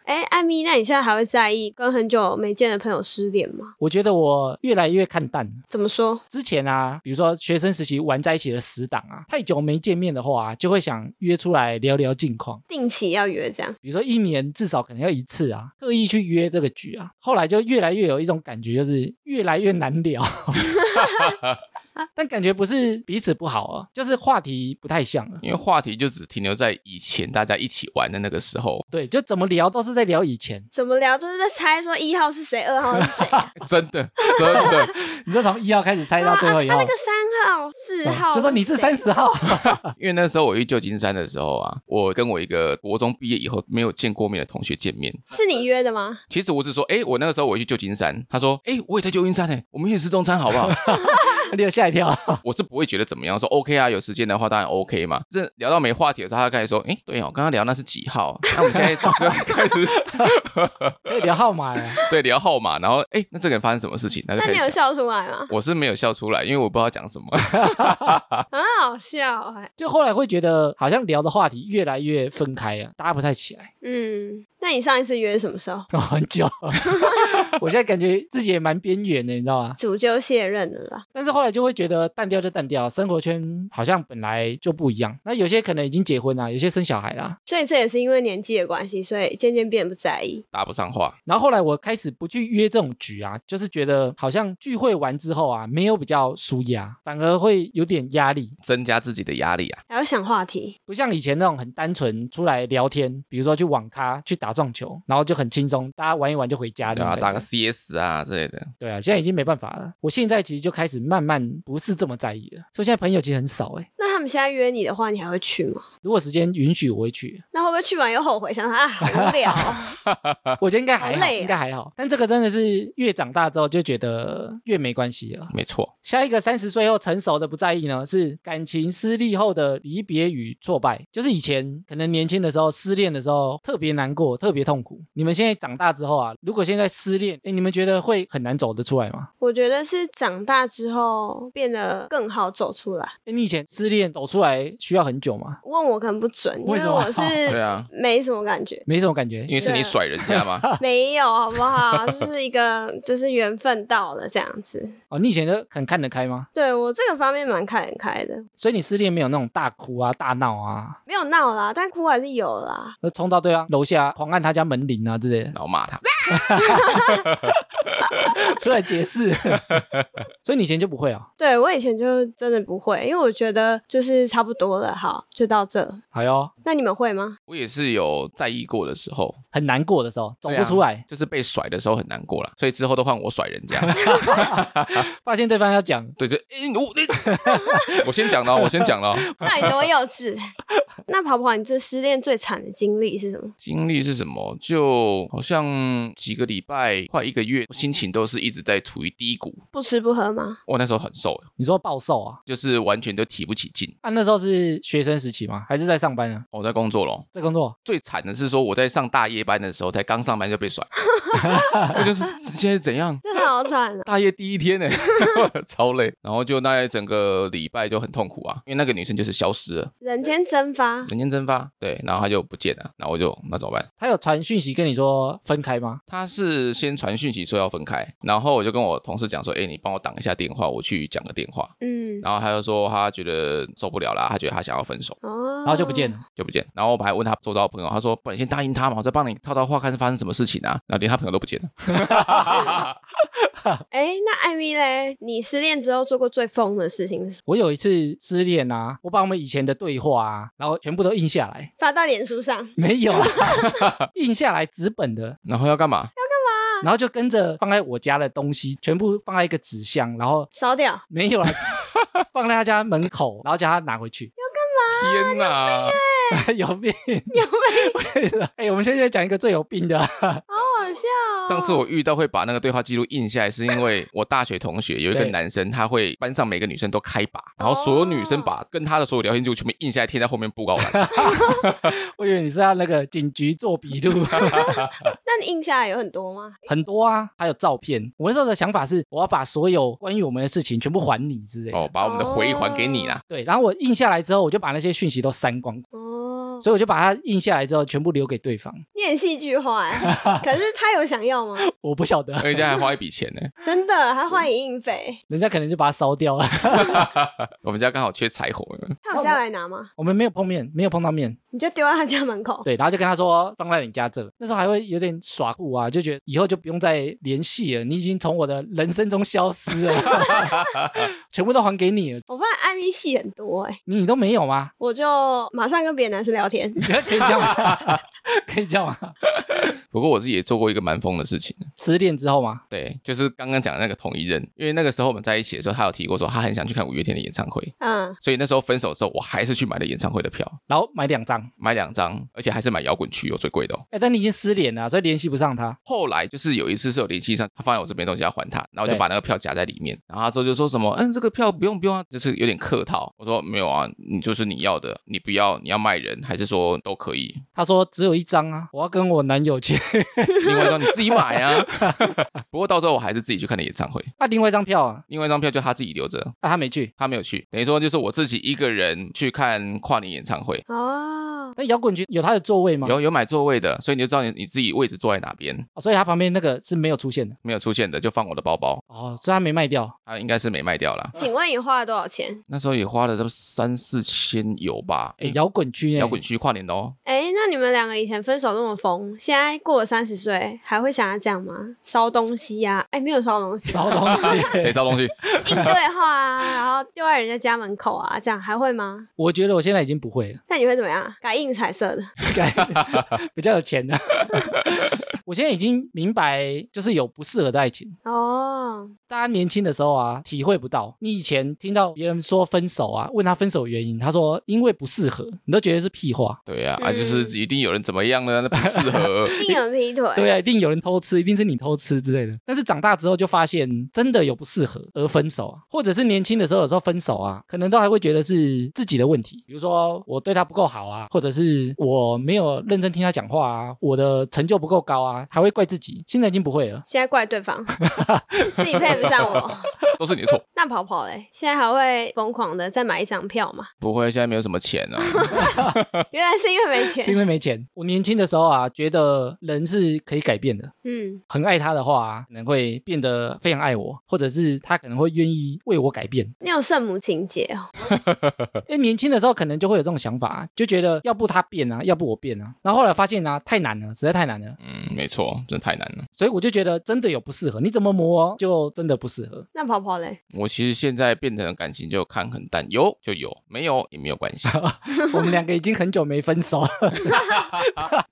C: 哎、艾米，那你现在还会在意跟很久没见的朋友失联吗？
A: 我觉得我越来越看淡。
C: 怎么说？
A: 之前啊，比如说学生时期玩在一起的死党啊，太久没见面的话、啊，就会想约出来聊聊近况。
C: 定期要约这样？
A: 比如说一年至少可能要一次啊，刻意去约这个局啊，后来就越来越有一种感觉，就是越来越难 聊。但感觉不是彼此不好啊，就是话题不太像了。
B: 因为话题就只停留在以前大家一起玩的那个时候，
A: 对，就怎么聊都是在聊以前。
C: 怎么聊就是在猜说一号是谁，二号是 谁、啊，
B: 真的真的，
A: 你就从一号开始猜到最后一
C: 啊
A: 号，哦
C: 那个三号、四号，
A: 就说你是三
C: 谁
A: 十
C: 啊
A: 号，
B: 因为那时候我去旧金山的时候啊，我跟我一个国中毕业以后没有见过面的同学见面。
C: 是你约的吗？
B: 其实我只说，哎、我那个时候我去旧金山，他说，哎、我也在旧金山呢、我们一起吃中餐好不好？
A: 你有吓一跳。
B: 我是不会觉得怎么样，说 OK 啊，有时间的话当然 OK 嘛。这聊到没话题的时候，他开始说，哎、对哦，刚刚聊那是几号 啊？那我们现在开始
A: 可以聊号码了，
B: 对聊号码，然后哎、那这个人发生什么事情？那就
C: 那
B: 开
C: 你有
B: 始想。
C: 笑出来吗？
B: 我是没有笑出来，因为我不知道讲什么。
C: 很好笑哎、
A: 就后来会觉得好像聊的话题越来越分开啊，搭不太起来。
C: 嗯，那你上一次约什么时候？
A: 哦很久， 我现在感觉自己也蛮边缘的，你知道吗？
C: 主就卸任了啦。
A: 但是后来就会觉得淡掉就淡掉，生活圈好像本来就不一样。那有些可能已经结婚啦，有些生小孩啦。
C: 所以这也是因为年纪的关系，所以渐渐变不在意。
B: 搭不上话，
A: 然后后来我开始不去约这种局啊，就是觉得好像聚会完之后啊，没有比较舒压，反而会有点压力。
B: 增加自己的压力啊。
C: 还要想话题，
A: 不像以前那种很单纯出来聊天，比如说去网咖、去打撞球，然后就很轻松，大家玩一玩就回家
B: 对
A: 的。
B: 啊，打个 CS 啊之类的，
A: 对啊，现在已经没办法了。我现在其实就开始慢慢不是这么在意了，所以现在朋友其实很少哎、
C: 那他们现在约你的话，你还会去吗？
A: 如果时间允许，我会去。
C: 那会不会去完又后悔，想说啊好无 聊、哦？
A: 我觉得应该
C: 好
A: 还好，
C: 累啊
A: 应该还好。但这个真的是越长大之后就觉得越没关系了。
B: 没错。
A: 下一个三十岁后成熟的不在意呢，是感情失利后的离别与挫败。就是以前可能年轻的时候失恋的时候特别难过，特别痛苦。你们现在长大之后啊，如果现在失恋，哎，你们觉得会很难走得出来吗？
C: 我觉得是长大之后变得更好走出来。
A: 哎，你以前失恋走出来需要很久吗？
C: 问我可能不准，因
A: 为什么
C: 我是
B: 对啊，
C: 没什么感觉，
A: 没什么感觉
B: 因，为是你
C: 对啊
B: 甩人家嘛，
A: 啊
C: 没有好不好？就是一个就是缘分到了这样子。
A: 哦，你以前就很看得开吗？
C: 对我这个方面蛮看得开的，
A: 所以你失恋没有那种大哭啊、大闹啊，
C: 没有闹啦，但哭还是有啦。
A: 那冲到对方楼下狂按他家门铃啊之类的
B: 然，后骂他。
A: 出来解释。 所以你以前就不会啊、
C: 对我以前就真的不会，因为我觉得就是差不多了，好，就到这。
A: 好哟，
C: 那你们会吗？
B: 我也是有在意过的时候，
A: 很难过的时候走
B: 对
A: 不
B: 啊
A: 出来，
B: 就是被甩的时候很难过啦，所以之后都换我甩人家。
A: 发现对方要讲。
B: 对，就哎、我你 我先讲了，我先讲了。
C: 那你多幼稚。 那跑跑，你这失恋最惨的经历是什么？
B: 经历是什么？就好像几个礼拜，快一个月，心情都是一直在处于低谷。
C: 不吃不喝吗？
B: 我那时候很瘦，
A: 你说暴瘦啊？
B: 就是完全都提不起劲。
A: 啊，那时候是学生时期吗？还是在上班啊？
B: 我在工作咯，
A: 在工作？
B: 最惨的是说我在上大夜班的时候，才刚上班就被甩， 我就是现在怎样？
C: 真的好惨啊！
B: 大夜第一天呢、 超累，然后就那一整个礼拜就很痛苦啊，因为那个女生就是消失了，
C: 人间蒸发，
B: 人间蒸发，对，然后她就不见了，然后我就那怎么办？
A: 他有传讯息跟你说分开吗？
B: 他是先传讯息说要分开，然后我就跟我同事讲说，哎、你帮我挡一下电话，我去讲个电话。
C: 嗯，
B: 然后他就说他觉得受不了啦，他觉得他想要分手
C: 哦，
A: 然后就不见了。
B: 就不见。然后我还问他周遭的朋友，他说不然你先答应他嘛，我再帮你套套话，看是发生什么事情啊。然后连他朋友都不见了。
C: 哎，那艾米嘞，你失恋之后做过最疯的事情是什么？
A: 我有一次失恋啊，我把我们以前的对话啊，然后全部都印下来，
C: 发到脸书上，
A: 没有啊， 印下来纸本的，
B: 然后要干嘛？
A: 然后就跟着放在我家的东西全部放在一个纸箱，然后
C: 烧掉。
A: 没有了， 放在他家门口，然后叫他拿回去，
B: 天哪！
A: 有病，有病！哎、我们现在讲一个最有病的啊、
C: 好好笑、哦。
B: 上次我遇到会把那个对话记录印下来，是因为我大学同学有一个
A: 对
B: 男生，他会班上每个女生都开把，然后所有女生把跟他的所有聊天记录全部印下来，贴在后面布告 栏。
A: 我以为你是他那个警局做笔录，啊
C: 那你印下来有很多吗？
A: 很多啊，还有照片。我那时候的想法是，我要把所有关于我们的事情全部还你之类的。
B: 哦，把我们的回忆还给你啦。
A: 对，然后我印下来之后，我就把那些讯息都删光，
C: 哦，
A: 所以我就把它印下来之后，全部留给对方。
C: 你很戏剧化欸。可是他有想要吗？
A: 我不晓得，
B: 而且还花一笔钱呢。
C: 真的，他换影印费，
A: 人家可能就把它烧掉了。
B: 我们家刚好缺柴火，
C: 他有下来拿吗？
A: 我们没有碰面，没有碰到面，
C: 你就丢在他家门口。
A: 对，然后就跟他说放在你家这。那时候还会有点耍酷啊，就觉得以后就不用再联系了，你已经从我的人生中消 失了，全部都还给你了，
C: 我发现艾米戏很多哎、
A: 你你都没有吗？
C: 我就马上跟别的男生聊天。
A: 你觉得可以这样吗？ 可以这样吗？
B: 不过我自己也做过一个蛮疯的事情。
A: 失恋之后吗？
B: 对，就是刚刚讲的那个同一任，因为那个时候我们在一起的时候，他有提过说他很想去看五月天的演唱会，
C: 嗯，
B: 所以那时候分手之后，我还是去买了演唱会的票，
A: 然后买两张。
B: 买两张，而且还是买摇滚区有最贵的、哦。
A: 哎，但你已经失联了，所以联系不上他。
B: 后来就是有一次是有联系上，他发现我这边东西要还他，然后我就
A: 对
B: 把那个票夹在里面，然后他之后就说什么，嗯，这个票不用不用啊，就是有点客套。我说没有啊，你就是你要的，你不要你要卖人还是说都可以，
A: 他说只有一张啊，我要跟我男友去。
B: 另外一张你自己买啊。 不过到时候我还是自己去看的演唱会，
A: 那、另外一张票啊，
B: 另外一张票就他自己留着，
A: 啊他没去。
B: 他没有去，等于说就是我自己一个人去看跨年演唱会，
C: 哦，
A: 那摇滚区有他的座位吗？
B: 有有买座位的，所以你就知道你你自己位置坐在哪边。
A: 哦所以他旁边那个是没有出现的。
B: 没有出现的就放我的包包，
A: 哦，所以他没卖掉。
B: 他应该是没卖掉啦。
C: 请问你花了多少钱？
B: 那时候也花了都三四千有吧？
A: 哎、
B: 哎、
A: 摇滚区、欸，
B: 摇滚区跨年的哦，。
C: 哎，那你们两个以前分手那么疯，现在过了三十岁还会想要这样吗？烧东西呀、哎，没有烧东西，
A: 烧东西
B: 谁烧东西？
C: 应对话啊，然后丢在人家家门口啊，这样还会吗？
A: 我觉得我现在已经不会了，
C: 那你会怎么样？改印彩色的？
A: 应该比较有钱了。 我现在已经明白，就是有不适合的爱情。
C: 哦，
A: 大家年轻的时候啊，体会不到。你以前听到别人说分手啊，问他分手原因，他说因为不适合，你都觉得是屁话。
B: 对呀、啊，
C: 嗯
B: 就是一定有人怎么样呢？那不适合。
C: 一定有人劈腿。
A: 对啊，一定有人偷吃，一定是你偷吃之类的。但是长大之后就发现，真的有不适合而分手啊，或者是年轻的时候有时候分手啊，可能都还会觉得是自己的问题，比如说我对他不够好啊，或者是我没有认真听他讲话啊，我的成就不够高啊，还会怪自己。现在已经不会了，
C: 现在怪 对方，是你配不上我。
B: 都是你的错。
C: 那跑跑嘞，现在还会疯狂的再买一张票吗？
B: 不会，现在没有什么钱啊了、
C: 原来是因为没
A: 是因
C: 钱。
A: 为没钱。我年轻的时候啊，觉得人是可以改变的。
C: 嗯，
A: 很爱他的话、啊，可能会变得非常爱我，或者是他可能会愿意为我改变。
C: 你有圣母情节哦。
A: 因为年轻的时候可能就会有这种想法、啊就觉得要不他变啊，要不我变啊。然后后来发现啊，太难了，实在太难了，
B: 嗯，没错，真的太难了。
A: 所以我就觉得真的有不适合，你怎么磨哦就真的不适合。
C: 那跑跑嘞，
B: 我其实现在变成感情就看很淡，有就有，没有也没有关系。
A: 我们两个已经很久没分手了。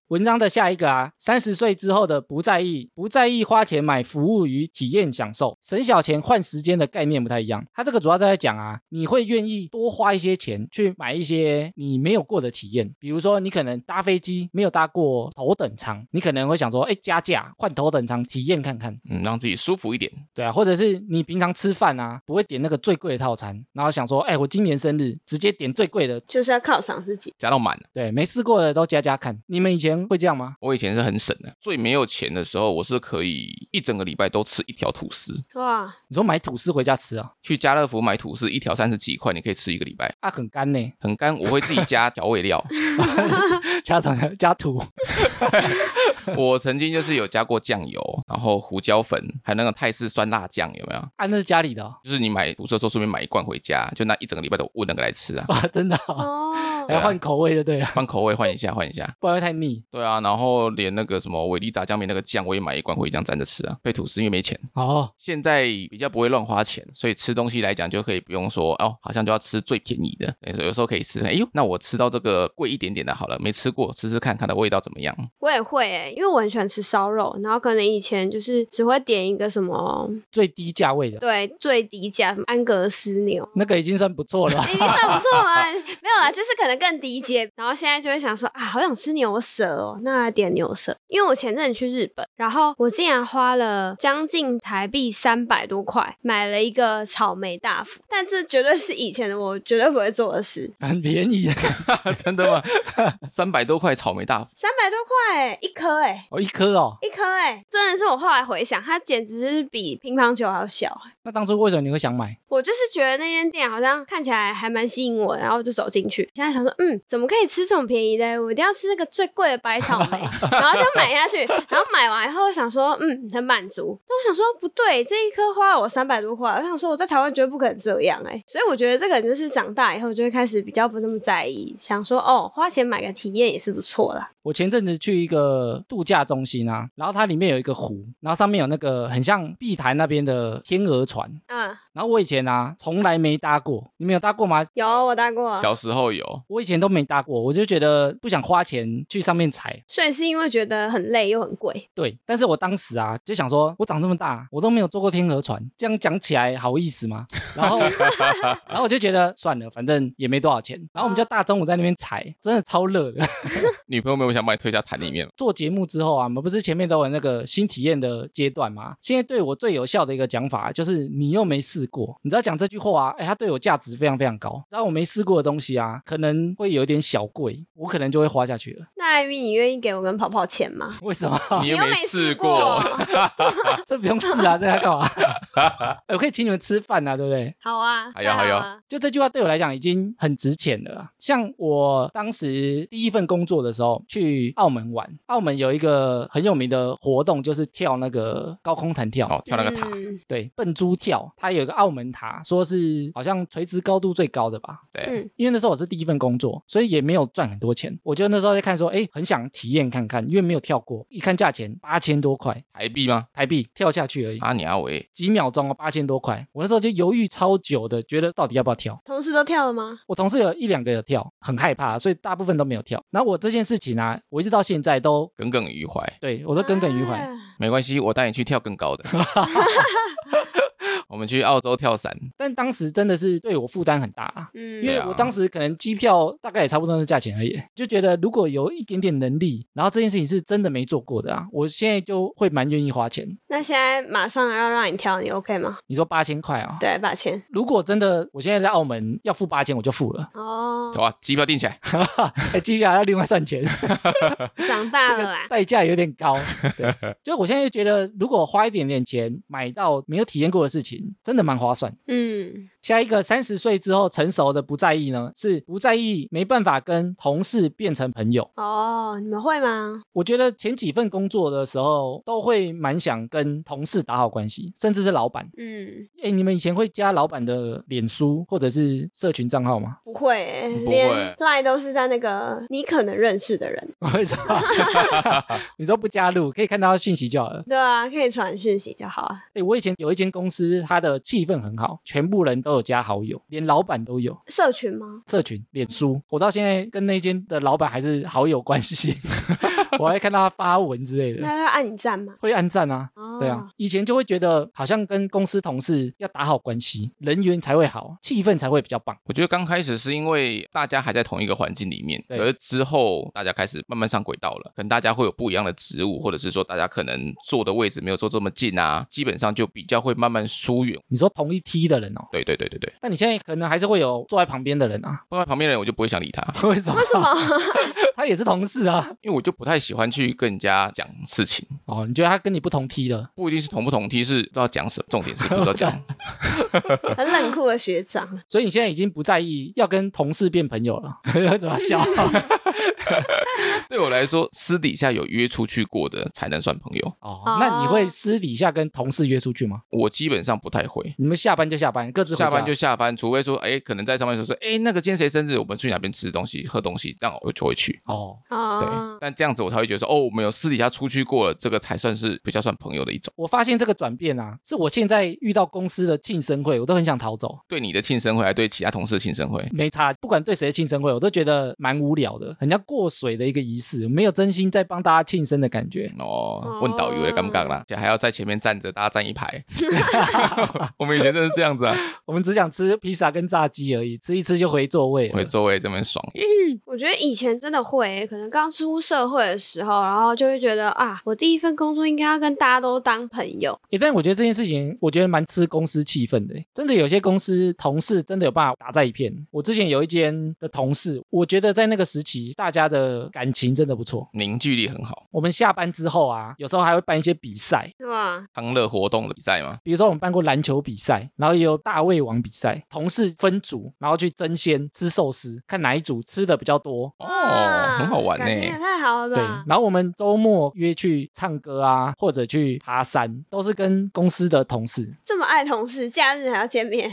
A: 文章的下一个啊，三十岁之后的不在意，不在意花钱买服务与体验享受，省小钱换时间的概念不太一样。他这个主要在讲啊，你会愿意多花一些钱去买一些你没有过的体验，比如说你可能搭飞机没有搭过头等舱，你可能会想说，哎，加价换头等舱体验看看。
B: 嗯，让自己舒服一点。
A: 对啊，或者是你平常吃饭啊，不会点那个最贵的套餐，然后想说，哎，我今年生日直接点最贵的，
C: 就是要犒赏自己。
B: 加到满，啊
A: 对，没试过的都加加看。你们以前会这样吗？
B: 我以前是很省的，最没有钱的时候，我是可以一整个礼拜都吃一条吐司。
C: 哇，
A: 你说买吐司回家吃啊，
B: 去家乐福买吐司，一条三十几块，你可以吃一个礼拜。
A: 啊很干呢、
B: 很干，我会自己加调味料，
A: 加什么加土，
B: 我曾经就是有加过酱油，然后胡椒粉，还有那个泰式酸辣酱，有没有？
A: 啊，那是家里的哦
B: 就是你买补色时候顺便买一罐回家，就那一整个礼拜都อุ่那个来吃啊，
A: 哇，真的哦，
C: 哦
A: 还要换口味就对了，
B: 换口味换一下换一下。
A: 不然会太腻
B: 对啊，然后连那个什么伟力炸酱面那个酱，我也买一罐回家沾着吃啊，配吐司因为没钱。
A: 哦。
B: 现在比较不会乱花钱，所以吃东西来讲就可以不用说哦，好像就要吃最便宜的。有时候可以试，哎呦，那我吃到这个贵一点点的好了，没吃过，吃吃看它的味道怎么样。
C: 我也会诶、因为我很喜欢吃烧肉，然后可能以前就是只会点一个什么，
A: 最低价位的
C: 对，最低价什么安格斯牛，
A: 那个已经算不错了吧，
C: 已经算不错了，没有啦，啊就是可能更低阶。然后现在就会想说啊，好想吃牛舌哦，那来点牛舌。因为我前阵子去日本，然后我竟然花了将近台币三百多块买了一个草莓大福，但这绝对是以前的我绝对不会做的事。
A: 很便宜，
B: 真的吗？ 三百多块草莓大福，
C: 三百多块、一颗哎、
A: 哦，一颗哦。
C: 一颗哎、真的是我后来回想，它简直是比乒乓球还要小。
A: 那当初为什么你会想买？
C: 我就是觉得那间店好像看起来还蛮吸引我的，然后我就走进去。现在想说，嗯，怎么可以吃这种便宜的？我一定要吃那个最贵的白草 莓，然后就买下去。然后买完以后想说，嗯，很满足。但我想说，不对，这一颗花了我三百多块，我想说我在台湾绝对不可能这样哎、所以我觉得这个人就是长大以后就会开始比较不那么在意，想说哦，花钱买个体验也是不错啦。
A: 我前阵子去一个度假中心啊，然后它里面有一个湖，然后上面有那个很像碧潭那边的天鹅船，
C: 嗯，
A: 然后我以前啊从来没搭过，你们有搭过吗？
C: 有我搭过，
B: 小时候有，
A: 我以前都没搭过，我就觉得不想花钱去上面踩。
C: 所以是因为觉得很累又很贵。
A: 对，但是我当时啊就想说，我长这么大，我都没有坐过天鹅船，这样讲起来好意思吗？然后，然后我就觉得算了，反正也没多少钱。然后我们就大中午在那边踩，真的超热的。
B: 女朋友没有想把你推下潭里面吗？
A: 做节目之后啊，我们不是前面都有那个新体验的阶段吗？现在对我最有效的一个讲法就是你又没试过，你知道讲这句话啊，哎，它对我价值非常非常高。然后我没试过的东西啊，可能会有一点小贵，我可能就会花下去了。
C: 那艾米，你愿意给我跟跑跑钱吗？
A: 为什么？
B: 你
C: 哦你
B: 又
C: 又
B: 没
C: 没
B: 试
C: 试
B: 过，
A: 这不用试啊，这要干嘛？ 哎我可以请你们吃饭啊，对不对？
C: 好啊，
B: 还有
C: 太
B: 还有
C: 好啊
A: 就这句话对我来讲已经很值钱了啊。像我当时第一份工作的时候去澳门玩，澳门有一个很有名的活动，就是跳那个高空弹跳。
B: 哦，跳那个塔，
C: 嗯
A: 对，笨猪跳，它有一个澳门塔，说是好像垂直高度最高的吧。
B: 对，
C: 嗯
A: 因为那时候我是第一份工作，所以也没有赚很多钱。我就那时候在看说，哎，很想体验看看，因为没有跳过，一看价钱八千多块
B: 台币吗？
A: 台币，跳下去而已，
B: 阿尼阿维，
A: 几秒钟啊，八千多块。我那时候就犹豫超久的，觉得到底要不要跳。
C: 同事都跳了吗？
A: 我同事有一两个有跳，很害怕，所以大部分都没有跳。然后我这件事情啊，我一直到现在都
B: 耿耿于怀。
A: 对我都耿耿于怀。
C: 啊
B: 没关系，我带你去跳更 高的。 我们去澳洲跳伞，
A: 但当时真的是对我负担很大啊。
C: 嗯，
A: 因为
B: 对啊
A: 我当时可能机票大概也差不多是价钱而已，就觉得如果有一点点能力，然后这件事情是真的没做过的啊，我现在就会蛮愿意花钱。
C: 那现在马上要让你跳，你 OK 吗？
A: 你说八千块啊？
C: 对，把钱。
A: 如果真的我现在在澳门要付八千，我就付了
C: 哦，
B: 走啊，机票订起来。
A: 哎，机票还要另外算钱，
C: 长大了 啦。
A: 代价有点高。对，就我现在就觉得，如果花一点点钱买到没有体验过的事情，真的蛮划算。
C: 嗯，
A: 下一个三十岁之后成熟的不在意呢，是不在意没办法跟同事变成朋友。
C: 哦，你们会吗？
A: 我觉得前几份工作的时候，都会蛮想跟同事打好关系，甚至是老板。
C: 嗯，
A: 哎，你们以前会加老板的脸书或者是社群账号 吗？
C: 不会欸、
B: 不会
C: 连 Line 都是在那个你可能认识的人，
A: 为什么？ 你说不加入，可以看到讯息就好了。
C: 对啊，可以传讯息就好啊了。
A: 哎，我以前有一间公司，它的气氛很好，全部人都有加好友，连老板都有。
C: 社群吗？
A: 社群脸书，我到现在跟那间的老板还是好友关系， 我还看到他发文之类
C: 那
A: 的，
C: 他按你赞吗？
A: 会按赞啊。
C: 哦，
A: 对啊，，以前就会觉得好像跟公司同事要打好关系，人缘才会好，气氛才会比较棒。
B: 我觉得刚开始是因为大家还在同一个环境里面，
A: 对
B: 而之后大家开始慢慢上轨道了，可能大家会有不一样的职务，或者是说大家可能坐的位置没有坐这么近啊，基本上就比较会慢慢疏远。
A: 你说同一梯的人哦，
B: 对对对对对，
A: 但你现在可能还是会有坐在旁边的人啊，
B: 不然旁边的人我就不会想理他，
A: 为什么？
C: 为 什？么？
A: 他也是同事啊。
B: 因为我就不太喜欢去跟人家讲事情，
A: 哦，你觉得他跟你不同梯的？
B: 不一定是同不同梯，是不知道讲什么，重点是不知道讲
C: 很冷酷的学长，
A: 所以你现在已经不在意要跟同事变朋友了，为什么要笑？
B: 对我来说，私底下有约出去过的才能算朋友。
A: 哦，那你
C: 哦
A: 会私底下跟同事约出去吗？
B: 我基本上不太会，
A: 你们下班就下班，各自回
B: 下班
A: 家
B: 就下班，除非说，哎，可能在上班的时候说，哎，那个今天谁生日，我们去哪边吃东西、喝东西，这样我就会去。
A: 哦。
B: 对
C: 哦，，
B: 但这样子我才会觉得说，哦，我们有私底下出去过了，这个才算是比较算朋友的一种。
A: 我发现这个转变啊，是我现在遇到公司的庆生会，我都很想逃走，
B: 对你的庆生会，还对其他同事的庆生会，
A: 没差，不管对谁的庆生会，我都觉得蛮无聊的，很像过水的一个仪式，没有真心在帮大家庆生的感觉。
B: 哦，问导游的尴尬啦，
A: 哦
B: 而且还要在前面站着，大家站 一排。我们以前真的是这样子啊，
A: 我们只想吃披萨跟炸鸡而已，吃一吃就回座位了
B: 回座位这么爽，
C: 我觉得以前真的会、可能刚出社会的时候，然后就会觉得啊，我第一份工作应该要跟大家都当朋友。
A: 欸，但我觉得这件事情，我觉得蛮吃公司气氛的欸。真的有些公司同事真的有办法打在一片。我之前有一间的同事，我觉得在那个时期，大家的感情真的不错。
B: 凝聚力很好。
A: 我们下班之后啊，有时候还会办一些比赛，
C: 哇，
B: 康乐活动的比赛嘛，
A: 比如说我们办过篮球比赛，然后也有大胃王比赛，同事分组，然后去争先吃寿司，看哪一组吃的比较多。
B: 哦，很好玩呢、
C: 感情也太好了
A: 对
C: 吧，？
A: 然后我们周末约去唱歌啊，或者去爬山，都是跟公司的同事。
C: 这么爱同事，假日还要见面，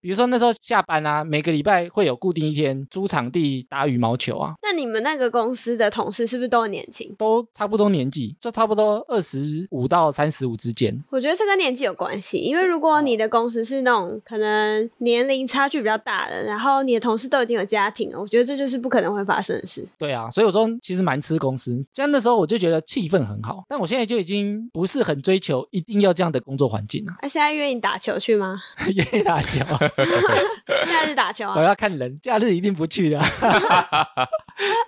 A: 比如说那时候下班啊，每个礼拜会有固定一天租场地打羽毛球啊，
C: 那你们那个公司的同事是不是都很年轻？
A: 都差不多年纪，就差不多二十五到三十五之间。
C: 我觉得这跟年纪有关系，因为如果你的公司是那种可能年龄差距比较大的，然后你的同事都已经有家庭了，我觉得这就是不可能会发生的事。
A: 对啊，所以我说其实蛮吃公司。像那时候我就觉得气氛很好，但我现在就已经不是很追求一定要这样的工作环境了、
C: 那、啊现在约你打球 去吗？
A: 因为大家
C: 假日打球
A: 我
B: 哎
C: 啊？
A: 要看人，假日一定不去的、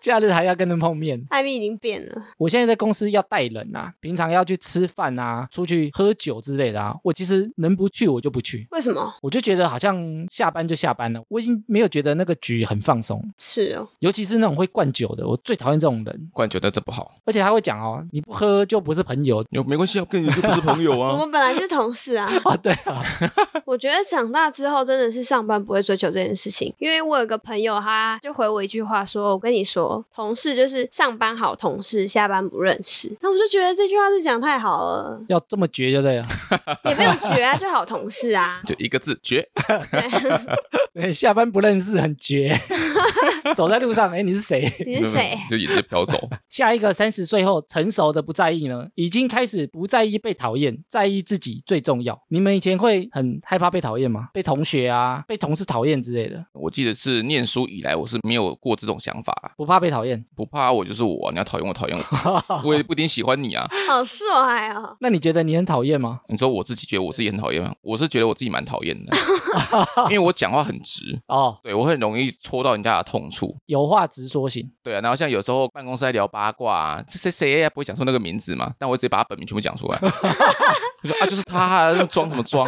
A: 假日还要跟人碰面。
C: 艾米已经变了，
A: 我现在在公司要带人啊，平常要去吃饭啊，出去喝酒之类的啊，我其实能不去我就不去。
C: 为什么？
A: 我就觉得好像下班就下班了，我已经没有觉得那个局很放松，
C: 是哦，
A: 尤其是那种会灌酒的，我最讨厌这种人。
B: 冠觉得这不好，
A: 而且他会讲哦，你不喝就不是朋友
B: 有没关系啊，跟你就不是朋友
A: 哦
C: 我。们本来就是同事啊。
A: 啊，对啊，，
C: 我觉得长大之后真的是上班不会追求这件事情，因为我有个朋友，他就回我一句话说：“我跟你说，同事就是上班好同事，下班不认识。”那我就觉得这句话是讲太好了
A: 要这么绝就对了。
C: 也没有绝啊，就好同事啊。
B: 就一个字绝，
C: 对，
A: 对下班不认识很 绝，走在路上，哎，你是谁？
C: 你是谁？
B: 就眼睛飘走。
A: 下一个三十岁后成熟的不在意呢，已经开始不在意被讨厌，在意自己最重要。你们以前会很害怕被讨厌吗？被同学啊，被同事讨厌之类的，
B: 我记得是念书以来，我是没有过这种想法啊、
A: 不怕被讨 厌。
B: 不怕我就是我啊、你要讨厌我讨厌我，我也不一定喜欢你啊。
C: 好帅哦！
A: 那你觉得你很讨厌吗？
B: 你说我自己觉得我自己很讨厌吗？我是觉得我自己蛮讨厌的，因为我讲话很直，
A: 哦，
B: 对我很容易戳到人家的痛处。
A: 有话直说型，
B: 对啊，然后像有时候办公室在聊八卦、啊，这谁谁呀不会讲出那个名字嘛，但我直接把他本名全部讲出来。 我说啊，就是他啊，装什么装？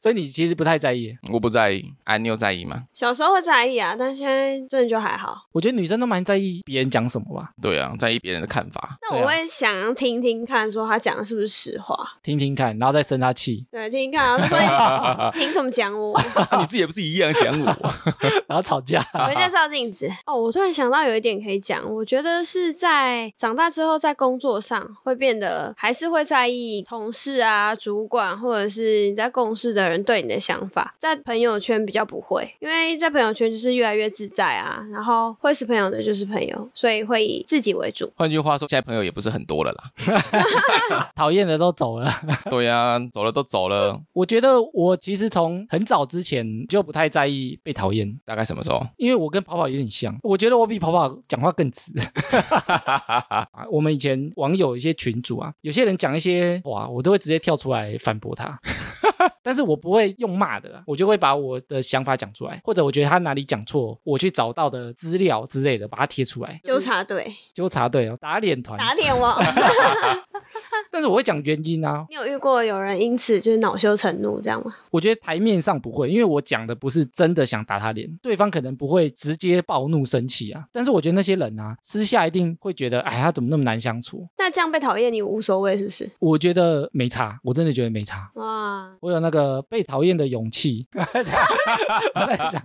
A: 所以你其实不太在意。
B: 我不在意，啊，你有在意吗？
C: 小时候会在意啊，但现在真的就还好。
A: 我觉得女生都蛮在意别人讲什么吧，
B: 对啊，在意别人的看法。
C: 那
A: 对
C: 我
A: 啊
C: 会想要听听看，说他讲的是不是实话？
A: 听听看，然后再生她气，
C: 对，听听看啊。他说你凭什么讲我？我
B: 啊，你自己也不是一样讲我。
A: 然后吵架。
C: 会在照镜子。哦，我突然想到有一点可以讲，我觉得是在长大之后，在工作上会变得还是会在意同事啊、主管或者是你在共事的人对你的想法，在朋友圈比较不会，因为在朋友圈就是越来越自在啊，然后会是朋友的就是朋友，所以会以自己为主。
B: 换句话说，现在朋友也不是很多了啦。
A: 讨厌的都走了。
B: 对啊，走了都走了，
A: 我觉得我其实从很早之前就不太在意被讨厌，
B: 大概什么时候？
A: 因为我跟跑跑有点像，我觉得我比跑跑讲话更直。啊我们以前网友一些群主啊，有些人讲一些哇，我都会直接跳出来反驳他。 但是我不会用骂的啊，我就会把我的想法讲出来，或者我觉得他哪里讲错，我去找到的资料之类的，把它贴出来。
C: 纠察队
A: 纠察队哦，打脸团。
C: 打脸王。
A: 但是我会讲原因啊，
C: 你有遇过有人因此就是恼羞成怒这样吗？
A: 我觉得台面上不会，因为我讲的不是真的想打他脸，对方可能不会直接暴怒生气啊。但是我觉得那些人啊，私下一定会觉得，哎，他怎么那么难相处？
C: 那这样被讨厌你无所谓是不是？
A: 我觉得没差，我真的觉得没差。
C: 哇，
A: 我我有那个被讨厌的勇气。 我在讲，我在讲。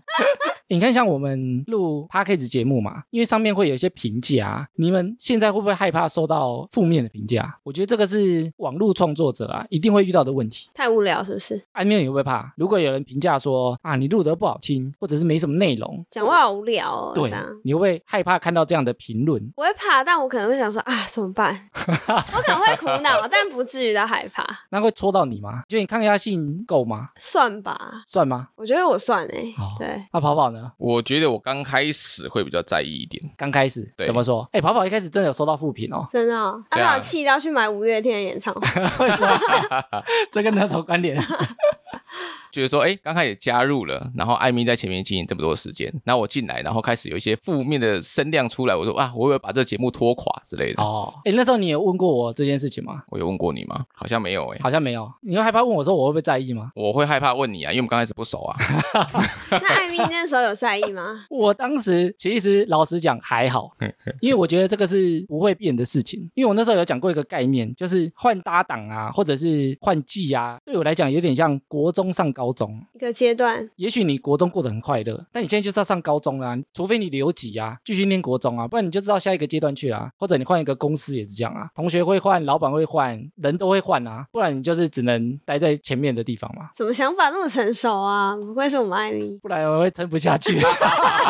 A: 你看，像我们录 p a c k a g e 节目嘛，因为上面会有一些评价，啊你们现在会不会害怕受到负面的评价？我觉得这个是网络创作者啊一定会遇到的问题。
C: 太无聊是不是？
A: 安妞你会不会怕？如果有人评价说啊你录得不好听，或者是没什么内容，
C: 讲话好无聊哦，
A: 对
C: 这样，
A: 你会不会害怕看到这样的评论？
C: 我会怕，但我可能会想说啊，怎么 办？我可能会苦恼，但不至于到害怕，
A: 那会戳到你吗？就你抗压性够吗？
C: 算吧。
A: 算吗？
C: 我觉得我算哎、
A: 哦
C: 对，，
A: 那跑跑呢？
B: 我觉得我刚开始会比较在意一点，
A: 刚开始
B: 对
A: 怎么说？哎、跑跑一开始真的有收到负评哦
C: 真的、哦，
B: 对
C: 安
B: 啊
C: 娜气到去买五月天的演唱 会，
A: 为什么？ 这跟他有什么关 联？
B: 就是说，哎，刚开始加入了，然后艾米在前面经营这么多时间，然后我进来，然后开始有一些负面的声量出来，我说啊，我会不会把这节目拖垮之类的。
A: 哦，哎、那时候你有问过我这件事情吗？
B: 我有问过你吗？好像没有哎、
A: 好像没有。你会害怕问我说我会不会在意吗？
B: 我会害怕问你啊，因为我们刚开始不熟啊。
C: 那艾米那时候有在意吗？
A: 我当时其实老实讲还好，因为我觉得这个是不会变的事情。因为我那时候有讲过一个概念，就是换搭档啊，或者是换季啊，对我来讲有点像国中上高中。
C: 一个阶段，
A: 也许你国中过得很快乐，但你现在就是要上高中啦、啊除非你留级啊，继续念国中啊，不然你就知道下一个阶段去啦、啊或者你换一个公司也是这样啊，同学会换，老板会换，人都会换啊，不然你就是只能待在前面的地方嘛，
C: 怎么想法那么成熟啊？不愧是我们艾米。
A: 不然我会撑不下去。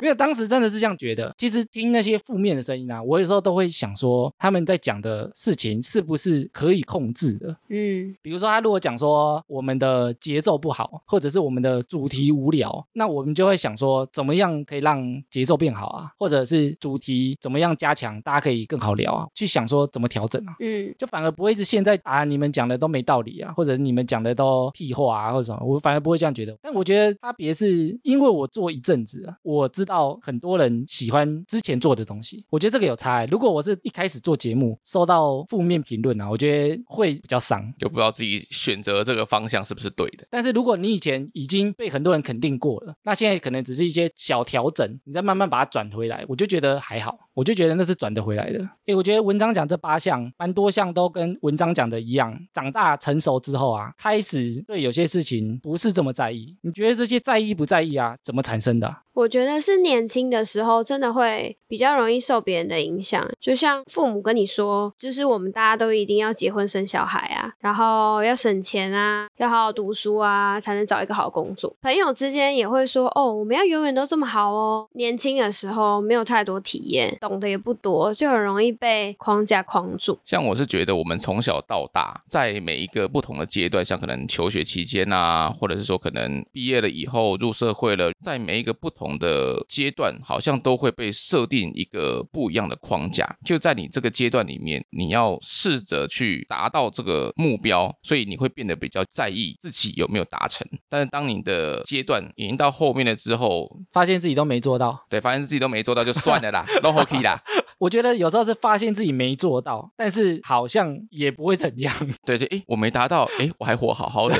A: 没有，当时真的是这样觉得。其实听那些负面的声音啊，我有时候都会想说，他们在讲的事情是不是可以控制的？
C: 嗯，
A: 比如说，他如果讲说我们的节奏不好，或者是我们的主题无聊，那我们就会想说，怎么样可以让节奏变好啊？或者是主题怎么样加强，大家可以更好聊啊？去想说怎么调整啊？
C: 嗯，
A: 就反而不会一直陷在啊，你们讲的都没道理啊，或者是你们讲的都屁话啊，或者什么，我反而不会这样觉得。但我觉得差别是因为我做一阵子啊，我知道很多人喜欢之前做的东西，我觉得这个有差、欸。如果我是一开始做节目，收到负面评论啊，我觉得会比较伤。
B: 就不知道自己选择这个方向是不是对的。
A: 但是如果你以前已经被很多人肯定过了，那现在可能只是一些小调整，你再慢慢把它转回来，我就觉得还好，我就觉得那是转得回来的。诶，我觉得文章讲这八项，蛮多项都跟文章讲的一样，长大成熟之后啊，开始对有些事情不是这么在意。你觉得这些在意不在意啊，怎么产生的啊、
C: 我觉得是年轻的时候真的会比较容易受别人的影响，就像父母跟你说，就是我们大家都一定要结婚生小孩啊，然后要省钱啊，要好好读书啊，才能找一个好工作。朋友之间也会说，哦，我们要永远都这么好哦。年轻的时候没有太多体验，懂得也不多，就很容易被框架框住。
B: 像我是觉得，我们从小到大，在每一个不同的阶段，像可能求学期间啊，或者是说可能毕业了以后入社会了，在每一个不同的阶段，好像都会被设定一个不一样的框架。就在你这个阶段里面，你要试着去达到这个目标，所以你会变得比较在意自己有没有达成。但是当你的阶段已经到后面了之后，
A: 发现自己都没做到，
B: 对，发现自己都没做到就算了啦，no h o k 啦，
A: 我觉得有时候是发现自己没做到，但是好像也不会怎样，
B: 对，就诶，我没达到，诶，我还活好好的，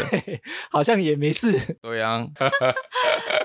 A: 好像也没事。
B: 对啊。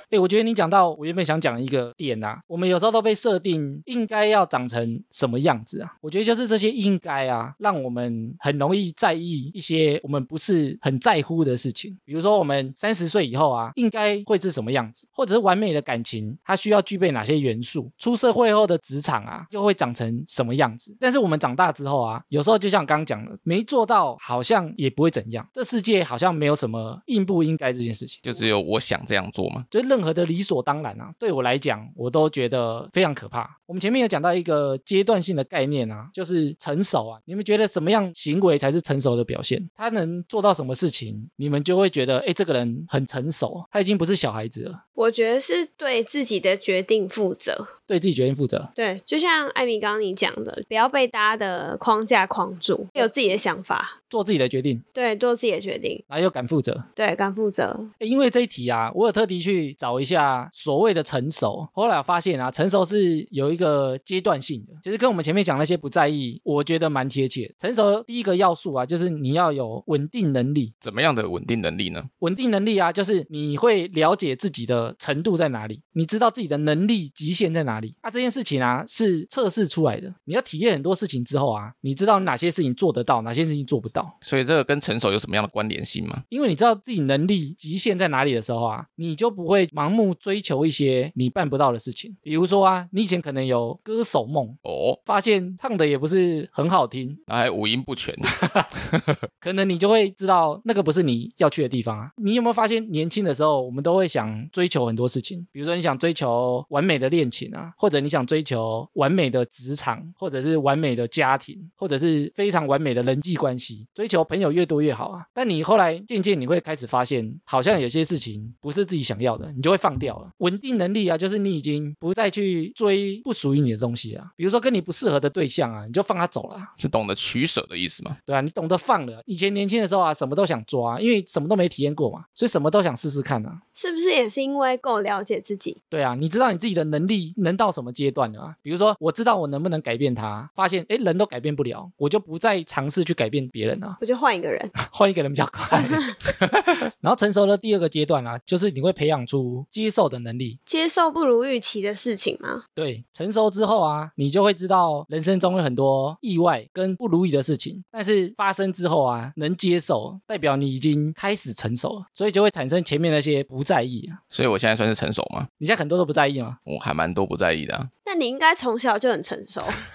A: 哎、我觉得你讲到我原本想讲一个点啊，我们有时候都被设定应该要长成什么样子啊。我觉得就是这些应该啊，让我们很容易在意一些我们不是很在乎的事情。比如说，我们三十岁以后啊，应该会是什么样子，或者是完美的感情，它需要具备哪些元素？出社会后的职场啊，就会长成什么样子？但是我们长大之后啊，有时候就像刚刚讲的，没做到好像也不会怎样。这世界好像没有什么应不应该这件事情。
B: 就只有我想这样做嘛。
A: 就任何的理所当然啊，对我来讲，我都觉得非常可怕。我们前面有讲到一个阶段性的概念啊，就是成熟啊。你们觉得什么样行为才是成熟的表现？他能做到什么事情，你们就会觉得，哎，这个人很成熟，他已经不是小孩子了，
C: 我觉得是对自己的决定负责。
A: 对自己决定负责。
C: 对，就像艾米刚刚你讲的，不要被大家的框架框住，有自己的想法。
A: 做自己的决定，
C: 对，做自己的决定，
A: 然后又敢负责。
C: 对，敢负责。
A: 诶因为这一题啊，我有特地去找一下所谓的成熟，后来我发现啊，成熟是有一个阶段性的，其实跟我们前面讲那些不在意，我觉得蛮贴切的。成熟第一个要素啊，就是你要有稳定能力。
B: 怎么样的稳定能力呢？
A: 稳定能力啊，就是你会了解自己的程度在哪里，你知道自己的能力极限在哪里。啊，这件事情啊是测试出来的，你要体验很多事情之后啊，你知道哪些事情做得到，哪些事情做不到。到。
B: 所以这个跟成熟有什么样的关联性吗？
A: 因为你知道自己能力极限在哪里的时候啊，你就不会盲目追求一些你办不到的事情。比如说啊，你以前可能有歌手梦，
B: 哦，
A: 发现唱的也不是很好听，
B: 那还五音不全，啊
A: 可能你就会知道那个不是你要去的地方啊。你有没有发现，年轻的时候我们都会想追求很多事情，比如说你想追求完美的恋情啊，或者你想追求完美的职场，或者是完美的家庭，或者是非常完美的人际关系，追求朋友越多越好啊。但你后来渐渐你会开始发现，好像有些事情不是自己想要的，你就会放掉了。稳定能力啊，就是你已经不再去追不属于你的东西啊，比如说跟你不适合的对象啊，你就放他走了啊、
B: 是懂得取舍的意思吗？
A: 对啊，你懂得放了。以前年轻的时候啊，什么都想抓，因为什么都没体验过嘛，所以什么都想试试看啊。
C: 是不是也是因为够了解自己？
A: 对啊，你知道你自己的能力能到什么阶段了啊？比如说，我知道我能不能改变他，发现诶人都改变不了，我就不再尝试去改变别人啊，
C: 我就换一个人，
A: 换一个人比较快。 然后成熟的第二个阶段啊，就是你会培养出接受的能力。
C: 接受不如预期的事情吗？
A: 对，成熟之后啊，你就会知道人生中有很多意外跟不如意的事情，但是发生之后啊，能接受，代表你已经开始成熟了，所以就会产生前面那些不在意啊。
B: 所以我现在算是成熟吗？，
A: 你现在很多都不在意嘛
B: 我还蛮多不在意的、啊，
C: 那你应该从小就很成熟，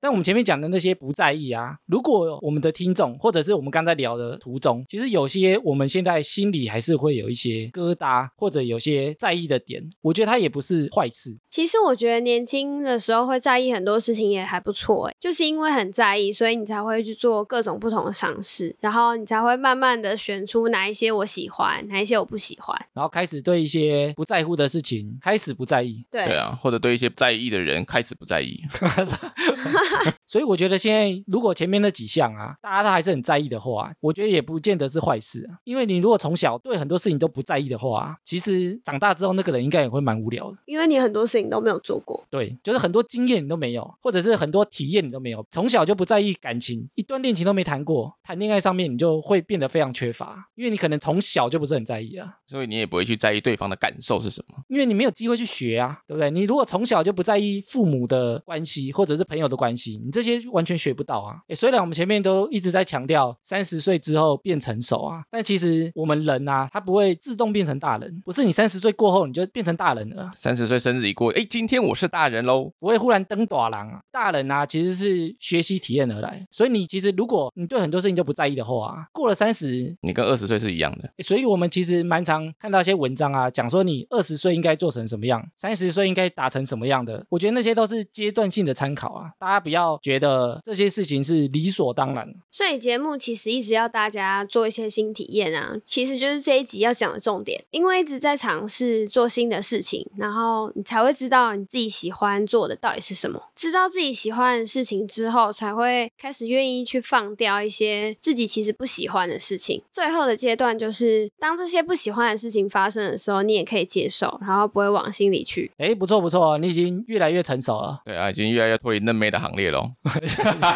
A: 但我们前面讲的那些不在意啊，如果我们的听众或者是我们刚才聊的途中，其实有些我们现在心里还是会有一些疙瘩，或者有些在意的点，我觉得它也不是坏事。
C: 其实我觉得年轻的时候会在意很多事情也还不错，诶，就是因为很在意，所以你才会去做各种不同的尝试，然后你才会慢慢的选出哪一些我喜欢，哪一些我不喜欢。
A: 然后开始对一些不在乎的事情开始不在意，
C: 对，
B: 对啊，或者对一些在意的人开始不在意，
A: 所以我觉得现在如果前面那几项啊，大家都还是很在意的话，我觉得也不见得是坏事啊。因为你如果从小对很多事情都不在意的话啊，其实长大之后那个人应该也会蛮无聊的。
C: 因为你很多事情都没有做过，
A: 对，就是很多经验你都没有，或者是很多体验你都没有，从小就不在意感情，一段恋情都没谈过，谈恋爱上面你就会变得非常缺乏，因为你可能从小就不是很在意啊，
B: 所以你也不会去在意对方的感受是什么。
A: 因为你没有机会去学啊，对不对？你如果从小就不在意父母的关系或者是朋友的关系，你这些完全学不到啊。诶虽然我们前面都一直在强调三十岁之后变成熟啊，但其实我们人啊，他不会自动变成大人，不是你三十岁过后你就变成大人了啊。
B: 三十岁生日一过，哎，今天我是大人喽，
A: 不会忽然登短廊啊。大人啊，其实是学习体验而来，所以你其实如果你对很多事情都不在意的话啊，过了三十。
B: 你跟二十岁是一样的。
A: 诶所以，我们其实蛮常看到一些文章啊，讲说你二十岁应该做成什么样，三十岁应该达成什么样的。我觉得那些都是阶段性的参考啊，大家不要觉得这些事情是理所当然。
C: 所以节目其实一直要大家做一些新体验啊，其实就是这一集要讲的重点，因为一直在尝试做新的事情，然后你才会知道你自己喜欢做的到底是什么。知道自己喜欢的事情之后，才会开始愿意去放掉一些自己其实不喜欢的事情。最后的阶段就是，当这些不喜欢的事情发生的时候，你也可以接受，然后不会往心里去。
A: 哎，不错不错，你已经越来越成熟了。
B: 对啊，已经越来越脱离嫩妹的行列喽。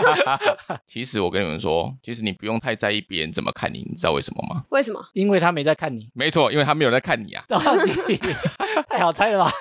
B: 其实我跟你们说，其实你不用太在意别人怎么看你，你知道为什么吗？
C: 为什么？
A: 因为他没在看你，
B: 没错，因为他没有在看你啊。
A: 到底太好猜了吧？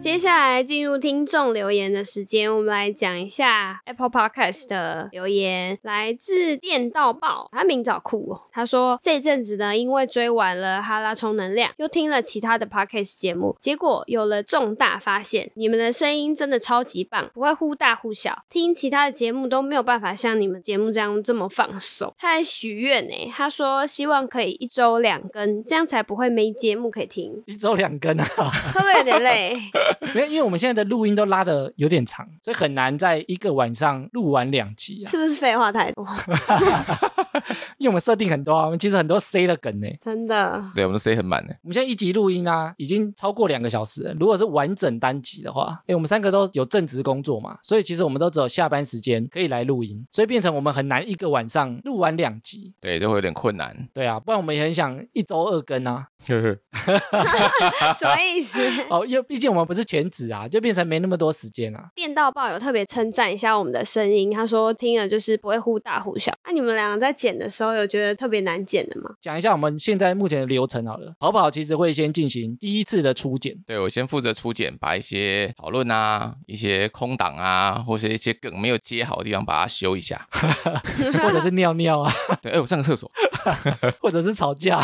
C: 接下来进入听众留言的时间，我们来讲一下 Apple Podcast 的留言，来自电到爆，他名字好酷哦。他说这阵子呢，因为追完了《哈拉充能量》，又听了其他的 Podcast 节目，结果有了重大发现，你们的声音真的超级棒，不会忽大忽小，听其他的节目都没有办法像你们节目这样这么放松。他还许愿呢，他说希望可以一周两更，这样才不会没节目可以听，
A: 一周两更啊，
C: 会不会有点累？
A: 没有，因为我们现在的录音都拉的有点长，所以很难在一个晚上录完两集啊。
C: 是不是废话太多？
A: 因为我们设定很多啊，我们其实很多 C 的梗呢。
C: 真 的。
B: 对，我们的 C 很满呢。
A: 我们现在一集录音啊，已经超过两个小时了。如果是完整单集的话，诶，我们三个都有正职工作嘛，所以其实我们都只有下班时间可以来录音，所以变成我们很难一个晚上录完两集。
B: 对，就会有点困难。
A: 对啊，不然我们也很想一周二更啊。
B: 呵呵，
C: 什么意思？
A: 哦，因为毕竟我们不是全职啊，就变成没那么多时间啊。
C: 电到爆有特别称赞一下我们的声音，他说听了就是不会忽大忽小。那、你们两个在剪的时候有觉得特别难剪的吗？
A: 讲一下我们现在目前的流程好了，好不好？其实会先进行第一次的初检，
B: 对我先负责初检，把一些讨论啊、一些空档啊，或是一些梗没有接好的地方，把它修一下。
A: 或者是尿尿啊，
B: 对，哎，我上个厕 所，
A: 或者是吵架，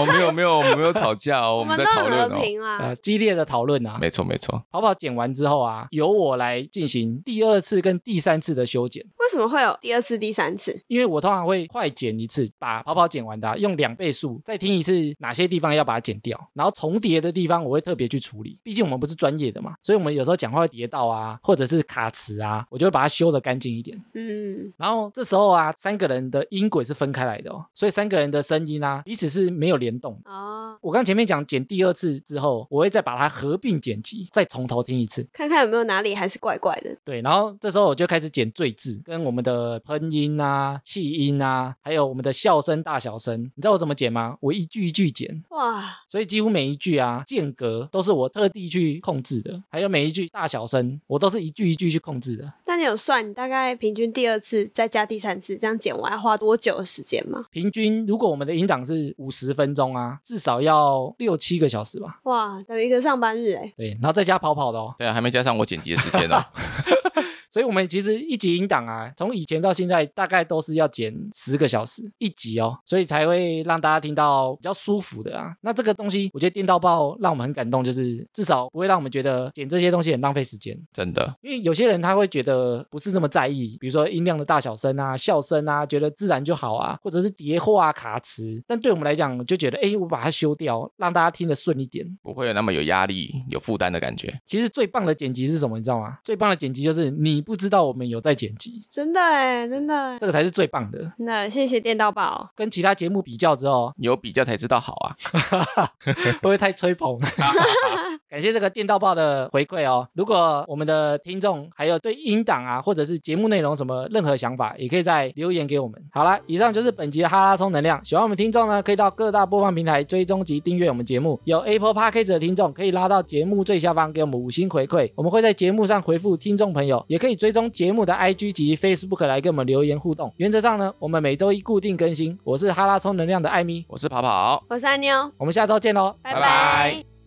B: 我、没有没有没有吵架哦，我们
C: 都
B: 在
C: 很
B: 讨论
C: 和
B: 哦。
C: 平啦。
A: 呃，激烈的讨论啊。
B: 没错没错，
A: 好不好？剪完之后啊，由我来进行第二次跟第三次的修剪，
C: 为什么会有第二次、第三次？
A: 因为我通常会快剪一次，把跑跑剪完的啊、用两倍速再听一次哪些地方要把它剪掉，然后重叠的地方我会特别去处理，毕竟我们不是专业的嘛，所以我们有时候讲话会跌到啊，或者是卡词啊，我就会把它修的干净一点。
C: 嗯，
A: 然后这时候啊，三个人的音轨是分开来的哦，所以三个人的声音啊，彼此是没有联动的。
C: 哦，
A: 我刚前面讲剪第二次之后，我会再把它合并剪辑，再从头听一次。
C: 看看有没有哪里还是怪怪的。
A: 对，然后这时候我就开始剪最字，跟我们的喷音啊、气音啊，还有我们的笑声大小声。你知道我怎么剪吗？我一句一句剪，
C: 哇，
A: 所以几乎每一句啊间隔都是我特地去控制的，还有每一句大小声，我都是一句一句去控制的。
C: 那你有算你大概平均第二次再加第三次这样剪完要花多久的时间吗？
A: 平均如果我们的音档是五十分钟啊，至少要六七个小时吧。
C: 哇，等于一个上班日哎。
A: 对，然后再加跑跑的哦，
B: 对啊，还没加上我剪辑的时 间哦。
A: 所以我们其实一集音档啊，从以前到现在大概都是要剪十个小时一集哦，所以才会让大家听到比较舒服的啊。那这个东西，我觉得电到爆让我们很感动，就是至少不会让我们觉得剪这些东西很浪费时间。
B: 真的，
A: 因为有些人他会觉得不是这么在意，比如说音量的大小声啊、笑声啊，觉得自然就好啊，或者是叠话啊、卡词。但对我们来讲，就觉得哎，我把它修掉，让大家听得顺一点。
B: 不会有那么有压力、有负担的感觉。
A: 其实最棒的剪辑是什么，你知道吗？最棒的剪辑就是你不知道我们有在剪辑，
C: 真的哎，真的耶。
A: 这个才是最棒的。
C: 那谢谢电到爆，
A: 跟其他节目比较之后，
B: 有比较才知道好啊。
A: 会不会太吹捧？感谢这个电到爆的回馈哦。如果我们的听众还有对音档啊，或者是节目内容什么任何想法，也可以在留言给我们。好啦，以上就是本集的哈拉充能量。喜欢我们听众呢，可以到各大播放平台追踪及订阅我们节目。有 Apple Podcast 的听众可以拉到节目最下方给我们五星回馈，我们会在节目上回复听众朋友，也可以追踪节目的 IG 及 Facebook 来跟我们留言互动。原则上呢，我们每周一固定更新。我是哈拉充能量的艾米，
B: 我是跑跑，
C: 我是安妞，
A: 我们下周见喽，
B: 拜
C: 拜
B: 拜